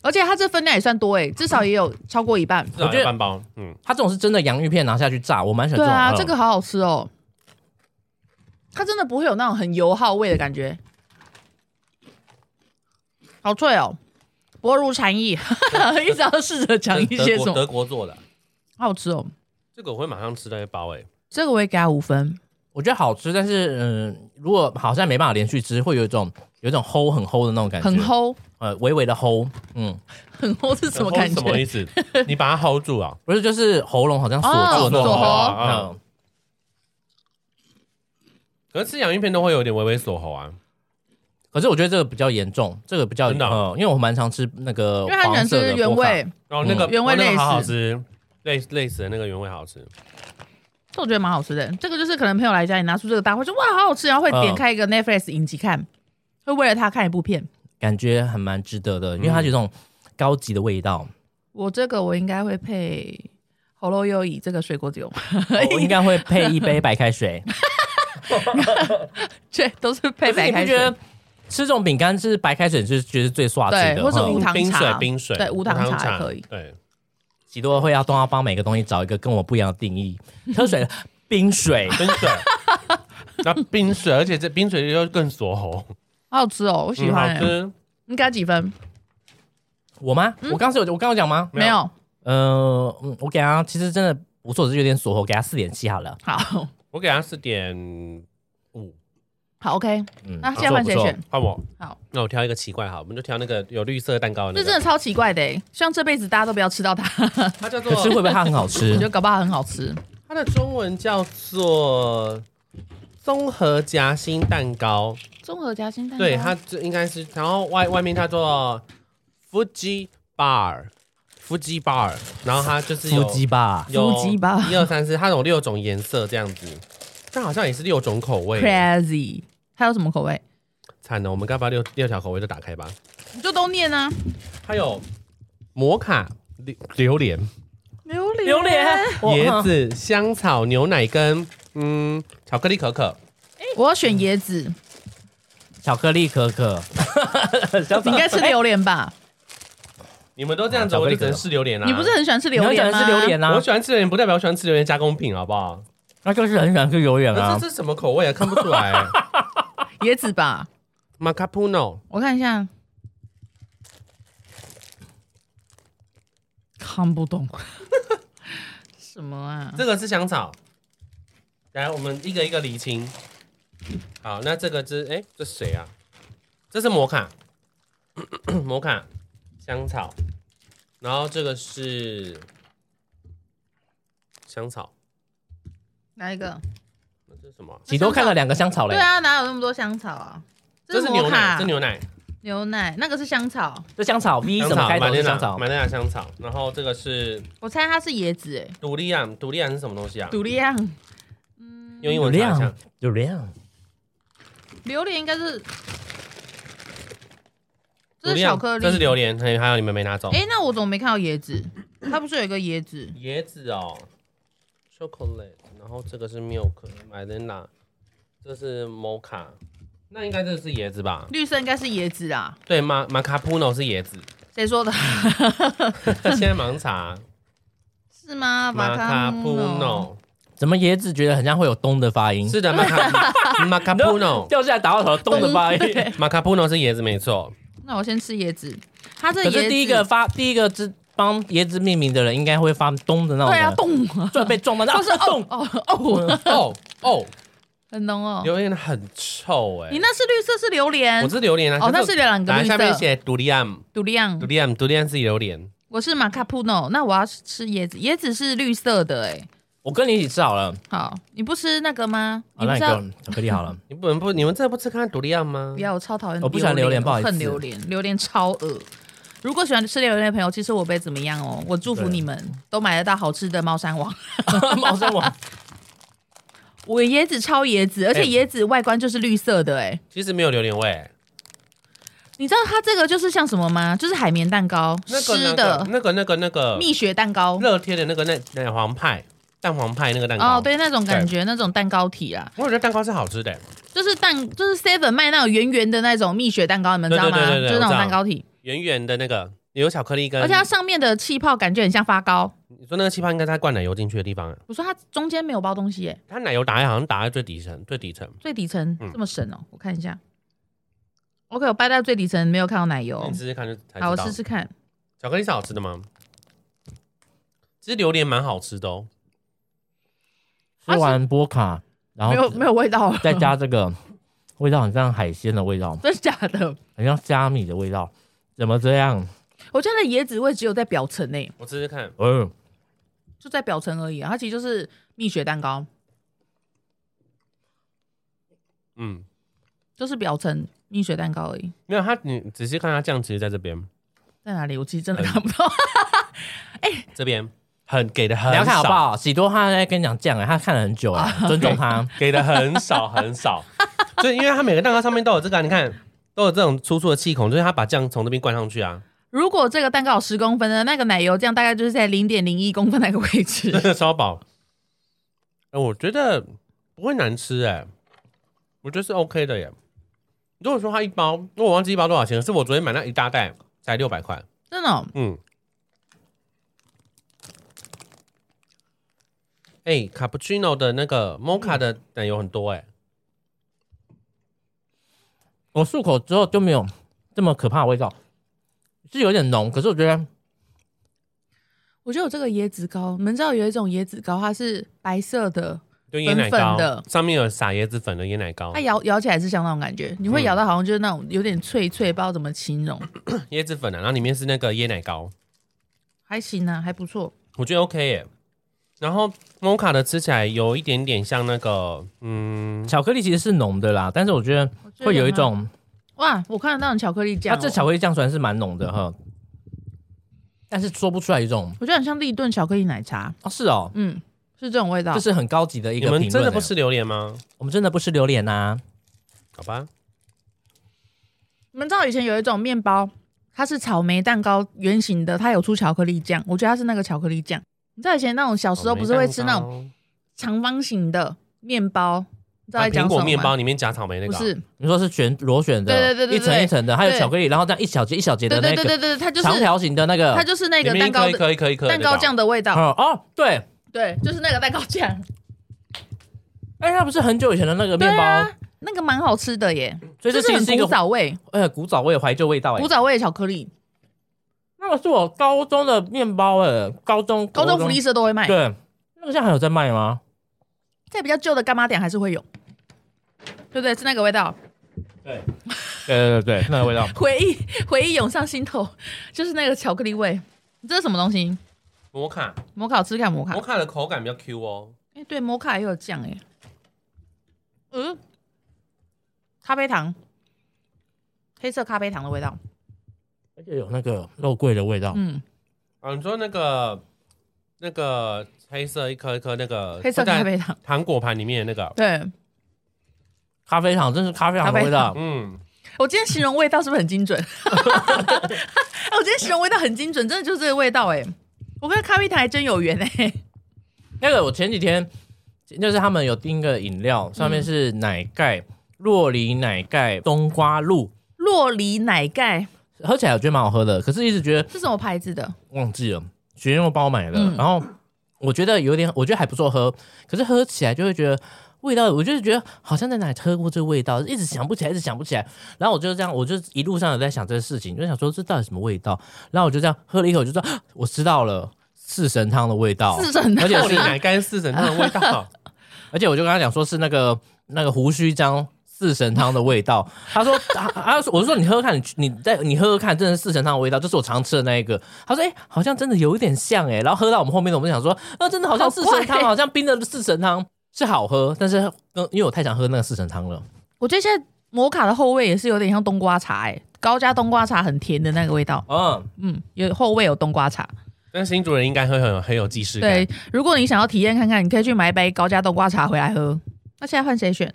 Speaker 2: 而且它这分量也算多哎、至少也有超过一半。
Speaker 3: 我觉得
Speaker 4: 半包，嗯，
Speaker 3: 它这种是真的洋芋片拿下去炸，我蛮喜欢
Speaker 2: 对
Speaker 3: 这种。
Speaker 2: 啊，
Speaker 3: 嗯
Speaker 2: 这个好好吃哦，它真的不会有那种很油耗味的感觉，好脆哦，薄如蝉翼， 一直要试着讲一些什
Speaker 4: 德国
Speaker 2: 么，
Speaker 4: 德国做的，
Speaker 2: 好吃哦，
Speaker 4: 这个我会马上吃掉一包哎、
Speaker 2: 这个我也给它五分，
Speaker 3: 我觉得好吃，但是嗯，如果好像没办法连续吃，会有一种有一种齁很齁的那种感觉，
Speaker 2: 很齁，
Speaker 3: 呃，微微的齁，嗯，
Speaker 2: 很齁是什么感
Speaker 4: 哎什么意
Speaker 2: 觉？
Speaker 4: 思？你把它 hold 住啊！
Speaker 3: 不是就是喉咙好像锁住的那
Speaker 2: 哦锁
Speaker 3: 种，
Speaker 2: 喉
Speaker 3: 嗯，
Speaker 4: 可是吃洋芋片都会有点微微锁喉
Speaker 2: 嗯
Speaker 4: 啊。
Speaker 3: 可是我觉得这个比较严重，这个比较
Speaker 4: 真的啊
Speaker 3: 嗯，因为我蛮常吃那个
Speaker 2: 因为它喜
Speaker 3: 黄
Speaker 2: 欢
Speaker 3: 色
Speaker 2: 吃
Speaker 3: 的
Speaker 2: 原
Speaker 3: 波卡，
Speaker 2: 味，
Speaker 4: 然后那个、
Speaker 2: 嗯原味
Speaker 4: 哦那
Speaker 2: 类
Speaker 4: 个
Speaker 2: 似
Speaker 4: 好好吃，类类似的那个原味好好吃。
Speaker 2: 这我觉得蛮好吃的。这个就是可能朋友来家里拿出这个大会说哇好好吃，然后会点
Speaker 3: 嗯
Speaker 2: 开一个 Netflix 影集看，会为了它看一部片。
Speaker 3: 感觉还蛮值得
Speaker 4: 嗯
Speaker 3: 的，因为它有一种高级的味 道，
Speaker 2: 我这个我应该会配喉咙优以这个水果酒，哎
Speaker 3: 我应该会配一杯白开水。
Speaker 2: 对，都是 配
Speaker 3: 可是
Speaker 2: 白
Speaker 3: 你
Speaker 2: 开
Speaker 3: 不
Speaker 2: 水
Speaker 3: 觉。得吃这种饼干是白开水是觉得是最刷子
Speaker 2: 对
Speaker 3: 的，
Speaker 2: 或是
Speaker 3: 嗯
Speaker 2: 无糖
Speaker 4: 冰水
Speaker 2: 茶，
Speaker 4: 冰水，
Speaker 2: 对无糖茶也可以
Speaker 4: 对，
Speaker 3: 喜多会要都要帮每个东西找一个跟我不一样的 定义。喝水，冰水，
Speaker 4: 冰水。那冰水，而且这冰水又更锁喉，
Speaker 2: 好好吃哦，我喜
Speaker 4: 嗯
Speaker 2: 欢、
Speaker 4: 好
Speaker 2: 欸。
Speaker 4: 吃。
Speaker 2: 你给他几分？
Speaker 3: 我吗？
Speaker 2: 嗯
Speaker 3: 我刚是有我刚有讲吗？
Speaker 4: 没有
Speaker 2: 没有，
Speaker 3: 呃，嗯，我给他其实真的不错，只是有点锁喉，给他四点七好了。
Speaker 2: 好
Speaker 4: 我给它四点五，
Speaker 2: 好 OK。
Speaker 3: 嗯，
Speaker 2: 啊那现在换谁选？
Speaker 4: 换我。
Speaker 2: 好，
Speaker 4: 那我挑一个奇怪，好，我们就挑那个有绿色蛋糕的
Speaker 2: 这
Speaker 4: 那
Speaker 2: 真的
Speaker 4: 个，
Speaker 2: 超奇怪的、欸，希望这辈子大家都不要吃到它，
Speaker 4: 它叫做
Speaker 3: 可是会不会它很好
Speaker 2: 我
Speaker 3: 吃
Speaker 2: 觉？得搞不好很好吃。
Speaker 4: 它的中文叫做综合夹心蛋糕，
Speaker 2: 综合夹心蛋糕，
Speaker 4: 对，它这应该是，然后外外面叫做 Fuji Bar。Fuji Bar，然后它就是
Speaker 3: 腹
Speaker 4: 有
Speaker 3: 肌吧，
Speaker 4: 有
Speaker 2: Fuji Bar
Speaker 4: 一二三四，它有六种颜色这样子，但好像也是六种口味。
Speaker 2: crazy，它有什么口味？
Speaker 4: 惨了，我们该把六六条口味都打开吧。
Speaker 2: 你就都念啊。
Speaker 4: 它有摩卡、榴榴莲、
Speaker 2: 榴莲，哦
Speaker 3: 榴莲，
Speaker 4: 椰
Speaker 3: 我，
Speaker 4: 子、香草、牛奶跟嗯巧克力可可。
Speaker 2: 我要选椰子，
Speaker 3: 巧克力可可，
Speaker 2: 你应该吃榴莲 吧？
Speaker 4: 你们都这样子，
Speaker 3: 啊巧克
Speaker 4: 我
Speaker 3: 力
Speaker 4: 就
Speaker 3: 可可
Speaker 4: 只能吃榴莲啦、
Speaker 2: 你不是很喜欢吃
Speaker 3: 你
Speaker 2: 榴
Speaker 3: 很喜
Speaker 2: 莲
Speaker 3: 欢
Speaker 2: 吗？
Speaker 3: 吃榴，莲
Speaker 4: 我
Speaker 3: 啊？
Speaker 4: 喜欢吃榴莲，不代表我喜欢吃榴莲加工品，好不好？
Speaker 3: 那就是很喜欢吃榴莲
Speaker 4: 那
Speaker 3: 啊。
Speaker 4: 这这什么口味啊？看不出来、
Speaker 2: 椰子吧？
Speaker 4: 马卡普诺，
Speaker 2: 我看一下，看不懂， 什么啊？
Speaker 4: 这个是香草。来，我们一个一个厘清。好，那这个是哎、这谁啊？这是摩卡， 摩卡香草，然后这个是香草，
Speaker 2: 哪一个？
Speaker 4: 那这是什么啊？
Speaker 3: 喜多看了两个香草嘞
Speaker 2: 对，啊，哪有那么多香草啊？
Speaker 4: 这是牛
Speaker 2: 摩卡
Speaker 4: 奶，这牛奶，
Speaker 2: 牛奶，那个是香草，
Speaker 3: 这香草 V
Speaker 4: 香
Speaker 3: 什么
Speaker 4: 草，
Speaker 3: 开
Speaker 4: 马
Speaker 3: 头
Speaker 4: 丽
Speaker 3: 的
Speaker 4: 娜
Speaker 3: 香，草
Speaker 4: 马？丽娜香草。然后这个是
Speaker 2: 我猜它是椰子、欸，
Speaker 4: 独立亚，独立亚是什么东西啊？
Speaker 2: 独立样。
Speaker 4: 用英文查一下。
Speaker 3: 榴莲，
Speaker 2: 榴莲应该是，
Speaker 4: 独
Speaker 2: 这
Speaker 4: 立
Speaker 2: 是
Speaker 4: 亚
Speaker 2: 巧克力，
Speaker 4: 这是榴。莲，还有还有你们没拿走。
Speaker 2: 哎、那我怎么没看到椰子？它不是有一个椰子？
Speaker 4: 椰子哦，chocolate，然后这个是 milk vanilla，这是 mocha，那应该这是椰子吧？
Speaker 2: 绿色应该是椰子啊？
Speaker 4: 对，马马卡普诺是椰子，
Speaker 2: 谁说的？
Speaker 4: 现在盲查
Speaker 2: 是吗？
Speaker 4: 马卡普
Speaker 2: 诺。
Speaker 4: 诺，
Speaker 3: 怎么椰子觉得很像会有东的发音？
Speaker 4: 是的，马卡马卡 普诺，
Speaker 3: 掉下来打到头，东的发音。
Speaker 2: 对
Speaker 4: 马卡普诺是椰子没错，
Speaker 2: 那我先吃椰子，它这
Speaker 3: 可
Speaker 2: 椰子
Speaker 3: 是第一个发第一个是帮椰子命名的人，应该会发东的那种
Speaker 2: 对啊，
Speaker 3: 的，
Speaker 2: 动啊，
Speaker 3: 突然被撞到，
Speaker 2: 它是
Speaker 3: 啊
Speaker 2: 哦
Speaker 3: 咚，
Speaker 2: 哦哦，
Speaker 4: 哦哦，
Speaker 2: 很浓哦。
Speaker 4: 榴莲很臭哎、
Speaker 2: 你那是绿色是榴莲
Speaker 4: 我，是榴莲啊，
Speaker 2: 哦
Speaker 4: 可是
Speaker 2: 那是两个
Speaker 4: 打在
Speaker 2: 绿
Speaker 4: 下面
Speaker 2: 色
Speaker 4: 写独立案，
Speaker 2: 独立样
Speaker 4: 独。立案，独立案是榴莲。
Speaker 2: 我是马卡普诺，那我要吃椰子，椰子是绿色的哎、
Speaker 3: 我跟你一起吃好了，
Speaker 2: 好，你不吃那个吗？
Speaker 3: 好，
Speaker 2: 不
Speaker 3: 啊那
Speaker 2: 知
Speaker 3: 你
Speaker 2: 道？
Speaker 3: 跟巧克力好了。
Speaker 4: 你不能不，你们这不吃看独立案吗
Speaker 2: 不？要，我超讨厌，
Speaker 3: 我不喜欢榴莲不好意思
Speaker 2: 我恨榴莲，榴莲超恶。如果喜欢吃榴莲的朋友，其实我被怎么样哦？我祝福
Speaker 3: 对
Speaker 2: 你们都买得到好吃的猫山王。
Speaker 3: 猫山王，
Speaker 2: 我椰子超椰子，而且
Speaker 4: 哎
Speaker 2: 椰子外观就是绿色的哎、
Speaker 4: 其实没有榴莲味。
Speaker 2: 你知道它这个就是像什么吗？就是海绵蛋糕，
Speaker 4: 那
Speaker 2: 湿、
Speaker 4: 个那
Speaker 2: 的
Speaker 4: 个那个那个那个
Speaker 2: 蜜雪蛋糕。
Speaker 4: 乐天的那个那那黄派蛋黄派那个蛋糕。
Speaker 2: 哦，，对，那种感觉，那种蛋糕体啊，
Speaker 4: 我觉得蛋糕是好吃的。
Speaker 2: 就是蛋，就是 Seven 卖那种圆圆的那种蜜雪蛋糕，你们知道吗？
Speaker 4: 对对对对对
Speaker 2: 就是那种
Speaker 4: 我知道嗯
Speaker 2: 蛋糕体，
Speaker 4: 圆圆的那个有巧克力跟，
Speaker 2: 而且它上面的气泡感觉很像发糕。
Speaker 4: 你说那个气泡应该在灌奶油进去的地方啊，
Speaker 2: 我说它中间没有包东西耶，
Speaker 4: 它奶油打在好像打在最底层，最底层。
Speaker 2: 最底层
Speaker 4: 嗯
Speaker 2: 这么神哦，我看一下。OK，我掰到最底层没有看到奶油
Speaker 4: 你，试试看就
Speaker 2: 哦
Speaker 4: 才知
Speaker 2: 好，
Speaker 4: 道。
Speaker 2: 我试试看。
Speaker 4: 巧克力是好吃的吗？其实榴莲蛮好吃的哦。
Speaker 2: 它
Speaker 3: 吃
Speaker 2: 是
Speaker 3: 完波卡，然
Speaker 2: 没有
Speaker 3: 后
Speaker 2: 没有味道了，
Speaker 3: 再加这个，味道很像海鲜的味道，
Speaker 2: 真假的？
Speaker 3: 很像虾米的味道，怎么这样？
Speaker 2: 我觉得它的椰子味只有在表层内，
Speaker 4: 我试试看，
Speaker 3: 嗯，
Speaker 2: 就在表层而已啊、它其实就是蜜雪蛋糕，
Speaker 4: 嗯，
Speaker 2: 就是表层蜜雪蛋糕而已。
Speaker 4: 没有它，你仔细看它酱，其实在这边，
Speaker 2: 在哪里？我其实真的看不到。
Speaker 4: 这边很给的很
Speaker 3: 你要看好不
Speaker 4: 少，
Speaker 3: 好？喜多他在跟你讲酱哎，他看了很久 哎，尊重他。
Speaker 4: 给的很少很 少，就因为它每个蛋糕上面都有这个啊、你看都有这种粗粗的气孔，就是它把酱从这边灌上去啊，
Speaker 2: 如果这个蛋糕有十公分的，那个奶油酱大概就是在零点零一公分那个位置
Speaker 4: 真。的超饱。哎、我觉得不会难吃哎、我觉得是 OK 的耶。如果说它一包，因为我忘记一包多少钱，是我昨天买那一大袋才六百块，
Speaker 2: 真的哦、
Speaker 4: 嗯。哎、卡布奇诺的那个 mocha 的奶油很多哎、
Speaker 3: 我漱口之后就没有这么可怕的味道，是有点浓，可是我觉得
Speaker 2: 我觉得我这个椰子糕，你们知道有一种椰子糕，它是白色的，
Speaker 4: 就椰奶糕
Speaker 2: 粉粉的哎
Speaker 4: 上面有撒椰子粉的椰奶
Speaker 3: 哦
Speaker 4: 糕
Speaker 2: 它，咬咬起来是像那种感觉，你会咬到好像就是那种有点脆脆，不知道怎么形 容。
Speaker 4: 椰子粉啊，然后里面是那个椰奶糕，
Speaker 2: 还行啊，还不错。
Speaker 4: 我觉得 OK 耶、然后 mocha 的吃起来有一点点像那个，嗯，
Speaker 3: 巧克力其实是浓的啦，但是我觉得
Speaker 2: 我觉得
Speaker 3: 会有一
Speaker 2: 蛮
Speaker 3: 种，
Speaker 2: 哇，我看到那种巧克力
Speaker 3: 它
Speaker 2: 酱、哦，
Speaker 3: 这巧克力酱虽然是蛮浓的哈，但是说不出来一种
Speaker 2: 我觉得很像立顿巧克力奶茶，
Speaker 3: 哦，是哦，
Speaker 2: 嗯，是这种味道。
Speaker 3: 这是很高级的一
Speaker 4: 你
Speaker 3: 个
Speaker 4: 们
Speaker 3: 评论
Speaker 4: 真的
Speaker 3: 哎
Speaker 4: 不吃榴莲吗？
Speaker 3: 我们真的不吃榴莲啊呐、
Speaker 4: 好吧，
Speaker 2: 你们知道以前有一种面包，它是草莓蛋糕圆形的，它有出巧克力酱，我觉得它是那个巧克力酱。你知道以前那种小时候不是会吃那种
Speaker 4: 种
Speaker 2: 长方形的面包，你知
Speaker 3: 啊
Speaker 2: 道在讲
Speaker 4: 啊苹
Speaker 2: 什
Speaker 4: 果
Speaker 2: 么
Speaker 4: 面包
Speaker 2: 吗？
Speaker 4: 里面夹草莓那
Speaker 2: 不
Speaker 4: 个啊、
Speaker 2: 是，
Speaker 3: 你说是旋螺旋的，
Speaker 2: 对对对对对
Speaker 3: 一层一层的，还有
Speaker 2: 对
Speaker 3: 巧克力，然后这样一小节一小节
Speaker 2: 对
Speaker 3: 的那
Speaker 2: 对
Speaker 3: 个
Speaker 2: 对对对，它就是
Speaker 3: 长条形的那个，
Speaker 2: 它就是那
Speaker 4: 里
Speaker 2: 个
Speaker 4: 面
Speaker 2: 蛋糕
Speaker 4: 一颗一
Speaker 2: 的
Speaker 4: 颗一颗一颗的啊
Speaker 2: 蛋糕酱的味道，
Speaker 3: 哦哦对，
Speaker 2: 对，就是那个蛋糕酱。
Speaker 3: 哎，它不是很久以前的那个
Speaker 2: 对
Speaker 3: 面包，
Speaker 2: 啊，那个蛮好吃的耶，
Speaker 3: 所以
Speaker 2: 就
Speaker 3: 这其
Speaker 2: 是
Speaker 3: 实
Speaker 2: 很
Speaker 3: 是一
Speaker 2: 古
Speaker 3: 个
Speaker 2: 早味，
Speaker 3: 呃古早味、怀旧味道哎
Speaker 2: 古。早味的巧克力，
Speaker 3: 那个是我高中的面包哎，高中
Speaker 2: 高中福利社都会卖，
Speaker 3: 对，那个现在还有在卖吗？
Speaker 2: 在比较旧的干妈店还是会有，对不对？是那个味道。
Speaker 3: 对对对对，那个味道
Speaker 2: 回忆 回忆涌上心头，就是那个巧克力味。这是什么东西？
Speaker 4: 摩卡，
Speaker 2: 摩卡，吃看摩卡
Speaker 4: 摩。卡的口感比较 Q 哦。
Speaker 2: 哎、对，摩卡也有酱哎、嗯，咖啡糖，黑色咖啡糖的味道。
Speaker 3: 而且 有那个肉桂的味道，
Speaker 2: 嗯，
Speaker 4: 啊，你说那个那个黑色一颗一颗那个
Speaker 2: 黑色
Speaker 4: 会在
Speaker 2: 咖啡糖。
Speaker 4: 糖果盘里面的那个，啊
Speaker 2: 对
Speaker 3: 咖啡糖真是咖啡糖的
Speaker 2: 咖
Speaker 3: 味道
Speaker 2: 啡。
Speaker 4: 嗯，
Speaker 2: 我今天形容味道是不是很精准？ 哎我今天形容味道很精准，真的就是这个味道哎、我跟咖啡糖还真有缘哎、
Speaker 3: 那个我前几天就是他们有订一个饮料，上
Speaker 2: 嗯
Speaker 3: 面是奶盖、洛梨奶盖、冬瓜露，
Speaker 2: 洛梨奶盖
Speaker 3: 喝起来我觉得蛮好喝的，可是一直觉得
Speaker 2: 是什么牌子的？
Speaker 3: 忘记了，学院又帮我买的，
Speaker 2: 嗯
Speaker 3: 然后我觉得有点，我觉得还不错喝，可是喝起来就会觉得。味道，我就是觉得好像在哪里喝过这个味道，一直想不起来，一直想不起来。然后我就这样，我就一路上有在想这个事情，就想说这到底什么味道。然后我就这样喝了一口，就说啊我知道了，四神汤的味道。
Speaker 4: 哦
Speaker 2: 四神
Speaker 3: 而且
Speaker 4: 豆
Speaker 3: 是
Speaker 4: 奶干四神汤的味道，
Speaker 3: 而且我就跟他讲说是那个那个胡须章四神汤的味道。 他说，他他说，我就说你喝喝看，你你在你喝喝看，真的是四神汤的味道，就是我常吃的那一个。他说，哎、好像真的有一点像哎、然后喝到我们后面的，我们想说，那、真的好像四神
Speaker 2: 好
Speaker 3: 汤，
Speaker 2: 怪
Speaker 3: 好像冰的四神汤是好喝，但是嗯，因为我太想喝那个四神汤了。
Speaker 2: 我觉得现在摩卡的后味也是有点像冬瓜茶、哎，高加冬瓜茶很甜的那个味道，
Speaker 3: 嗯，
Speaker 2: 嗯，有后味有冬瓜茶。
Speaker 4: 但新主人应该会很有很有既视感。
Speaker 2: 对，如果你想要体验看看，你可以去买一杯高加冬瓜茶回来喝。那现在换谁选？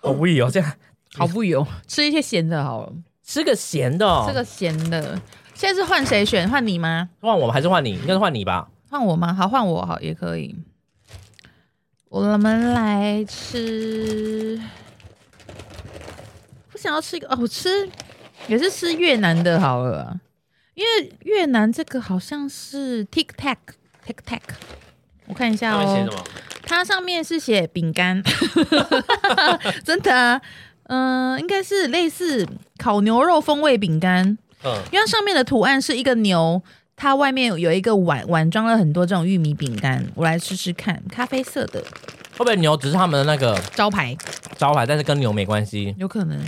Speaker 3: 好无语哦，这样
Speaker 2: 好不油，吃一些咸的好了，
Speaker 3: 吃个咸的、哦，
Speaker 2: 吃个咸的。现在是换谁选？换你吗？
Speaker 3: 换我们还是换你？应该是换你吧。
Speaker 2: 换我吗？好，换我好也可以。我们来吃，我想要吃一个哦，我吃也是吃越南的好了啊、因为越南这个好像是 tic tac tic tac，我看一下
Speaker 4: 他们写
Speaker 2: 哦
Speaker 4: 什，么？
Speaker 2: 它上面是写饼干， 真的啊，嗯、应该是类似烤牛肉风味饼干，
Speaker 4: 嗯，
Speaker 2: 因为它上面的图案是一个牛，它外面有一个碗，碗装了很多这种玉米饼干。我来吃吃看，咖啡色的
Speaker 3: 会不会牛只是他们的那个
Speaker 2: 招牌，
Speaker 3: 招牌，但是跟牛没关系？
Speaker 2: 有可能。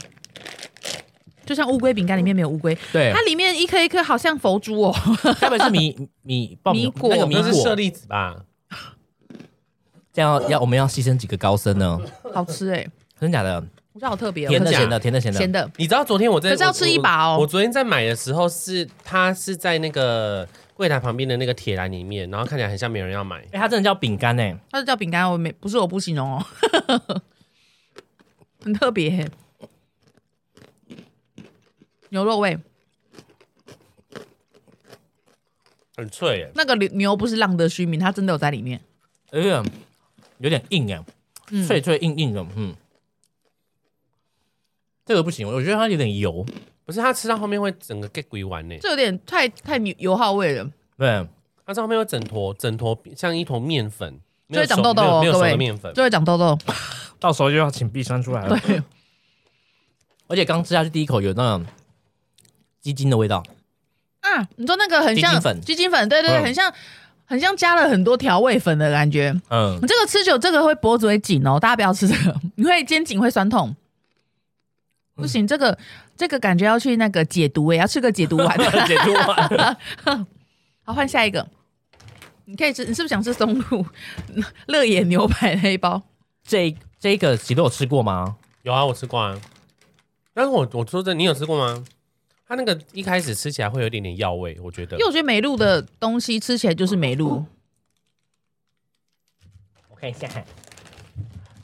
Speaker 2: 就像乌龟饼干里面没有乌龟，
Speaker 3: 对
Speaker 2: 它，里面一颗一颗好像佛珠哦。
Speaker 3: 该不会是米米爆米
Speaker 2: 米果
Speaker 3: 那个米
Speaker 4: 那是舍
Speaker 3: 果？
Speaker 4: 利子吧？
Speaker 3: 这样要要我们要牺牲几个高僧 呢？
Speaker 2: 好吃哎、
Speaker 3: 真假的？
Speaker 2: 我觉得好特别哦。
Speaker 3: 甜的
Speaker 2: 可是
Speaker 3: 咸的，甜的咸的。
Speaker 2: 咸的，
Speaker 4: 你知道昨天我在
Speaker 2: 可是要
Speaker 4: 我
Speaker 2: 吃一把哦
Speaker 4: 我我昨天在买的时候是它是在那个柜台旁边的那个铁栏里面，然后看起来很像没有人要买。
Speaker 3: 哎、它真的叫饼干哎，
Speaker 2: 它是叫饼干，我没不是我不形容哦， 很特别欸、牛肉味，
Speaker 4: 很脆耶，
Speaker 2: 那个牛牛不是浪得虚名，它真的有在里面。
Speaker 3: 有点有点硬哎，
Speaker 2: 嗯
Speaker 3: 脆脆硬硬的，嗯。这个不行，我觉得它有点油，
Speaker 4: 不是它吃到后面会整个 get 鬼完呢，
Speaker 2: 这有点太太牛油耗味了。
Speaker 3: 对，
Speaker 4: 它到后面会整坨整坨像一坨面粉，没
Speaker 2: 就
Speaker 4: 有
Speaker 2: 会长痘
Speaker 4: 熟
Speaker 2: 痘哦
Speaker 4: 没有没有熟
Speaker 2: 各
Speaker 4: 的
Speaker 2: 位
Speaker 4: 面粉。
Speaker 2: 就会长痘痘。
Speaker 3: 到时候就要请碧山出来了。
Speaker 2: 对，
Speaker 3: 而且刚吃下去第一口有那种鸡精的味道，
Speaker 2: 啊，你说那个很像
Speaker 3: 鸡精粉
Speaker 2: 鸡精粉，对对对，
Speaker 3: 嗯
Speaker 2: 很像，很像加了很多调味粉的感觉。
Speaker 3: 嗯，
Speaker 2: 你这个吃久，这个会脖子会紧哦，大家不要吃这个，你会肩颈会酸痛。不行，这个这个感觉要去那个解毒欸也要吃个解毒丸。
Speaker 3: 解脱完了。
Speaker 2: 好，换下一个。你可以吃，你是不是想吃松露 乐野牛排那一包？
Speaker 3: 这这个喜都有吃过吗？
Speaker 4: 有啊，我吃过啊。但是我我说真的，你有吃过吗？它那个一开始吃起来会有一点点药味，我觉
Speaker 2: 因
Speaker 4: 得
Speaker 2: 为。我觉得梅露的东西吃起来就是梅
Speaker 3: 哦
Speaker 2: 露，
Speaker 3: 我看一下。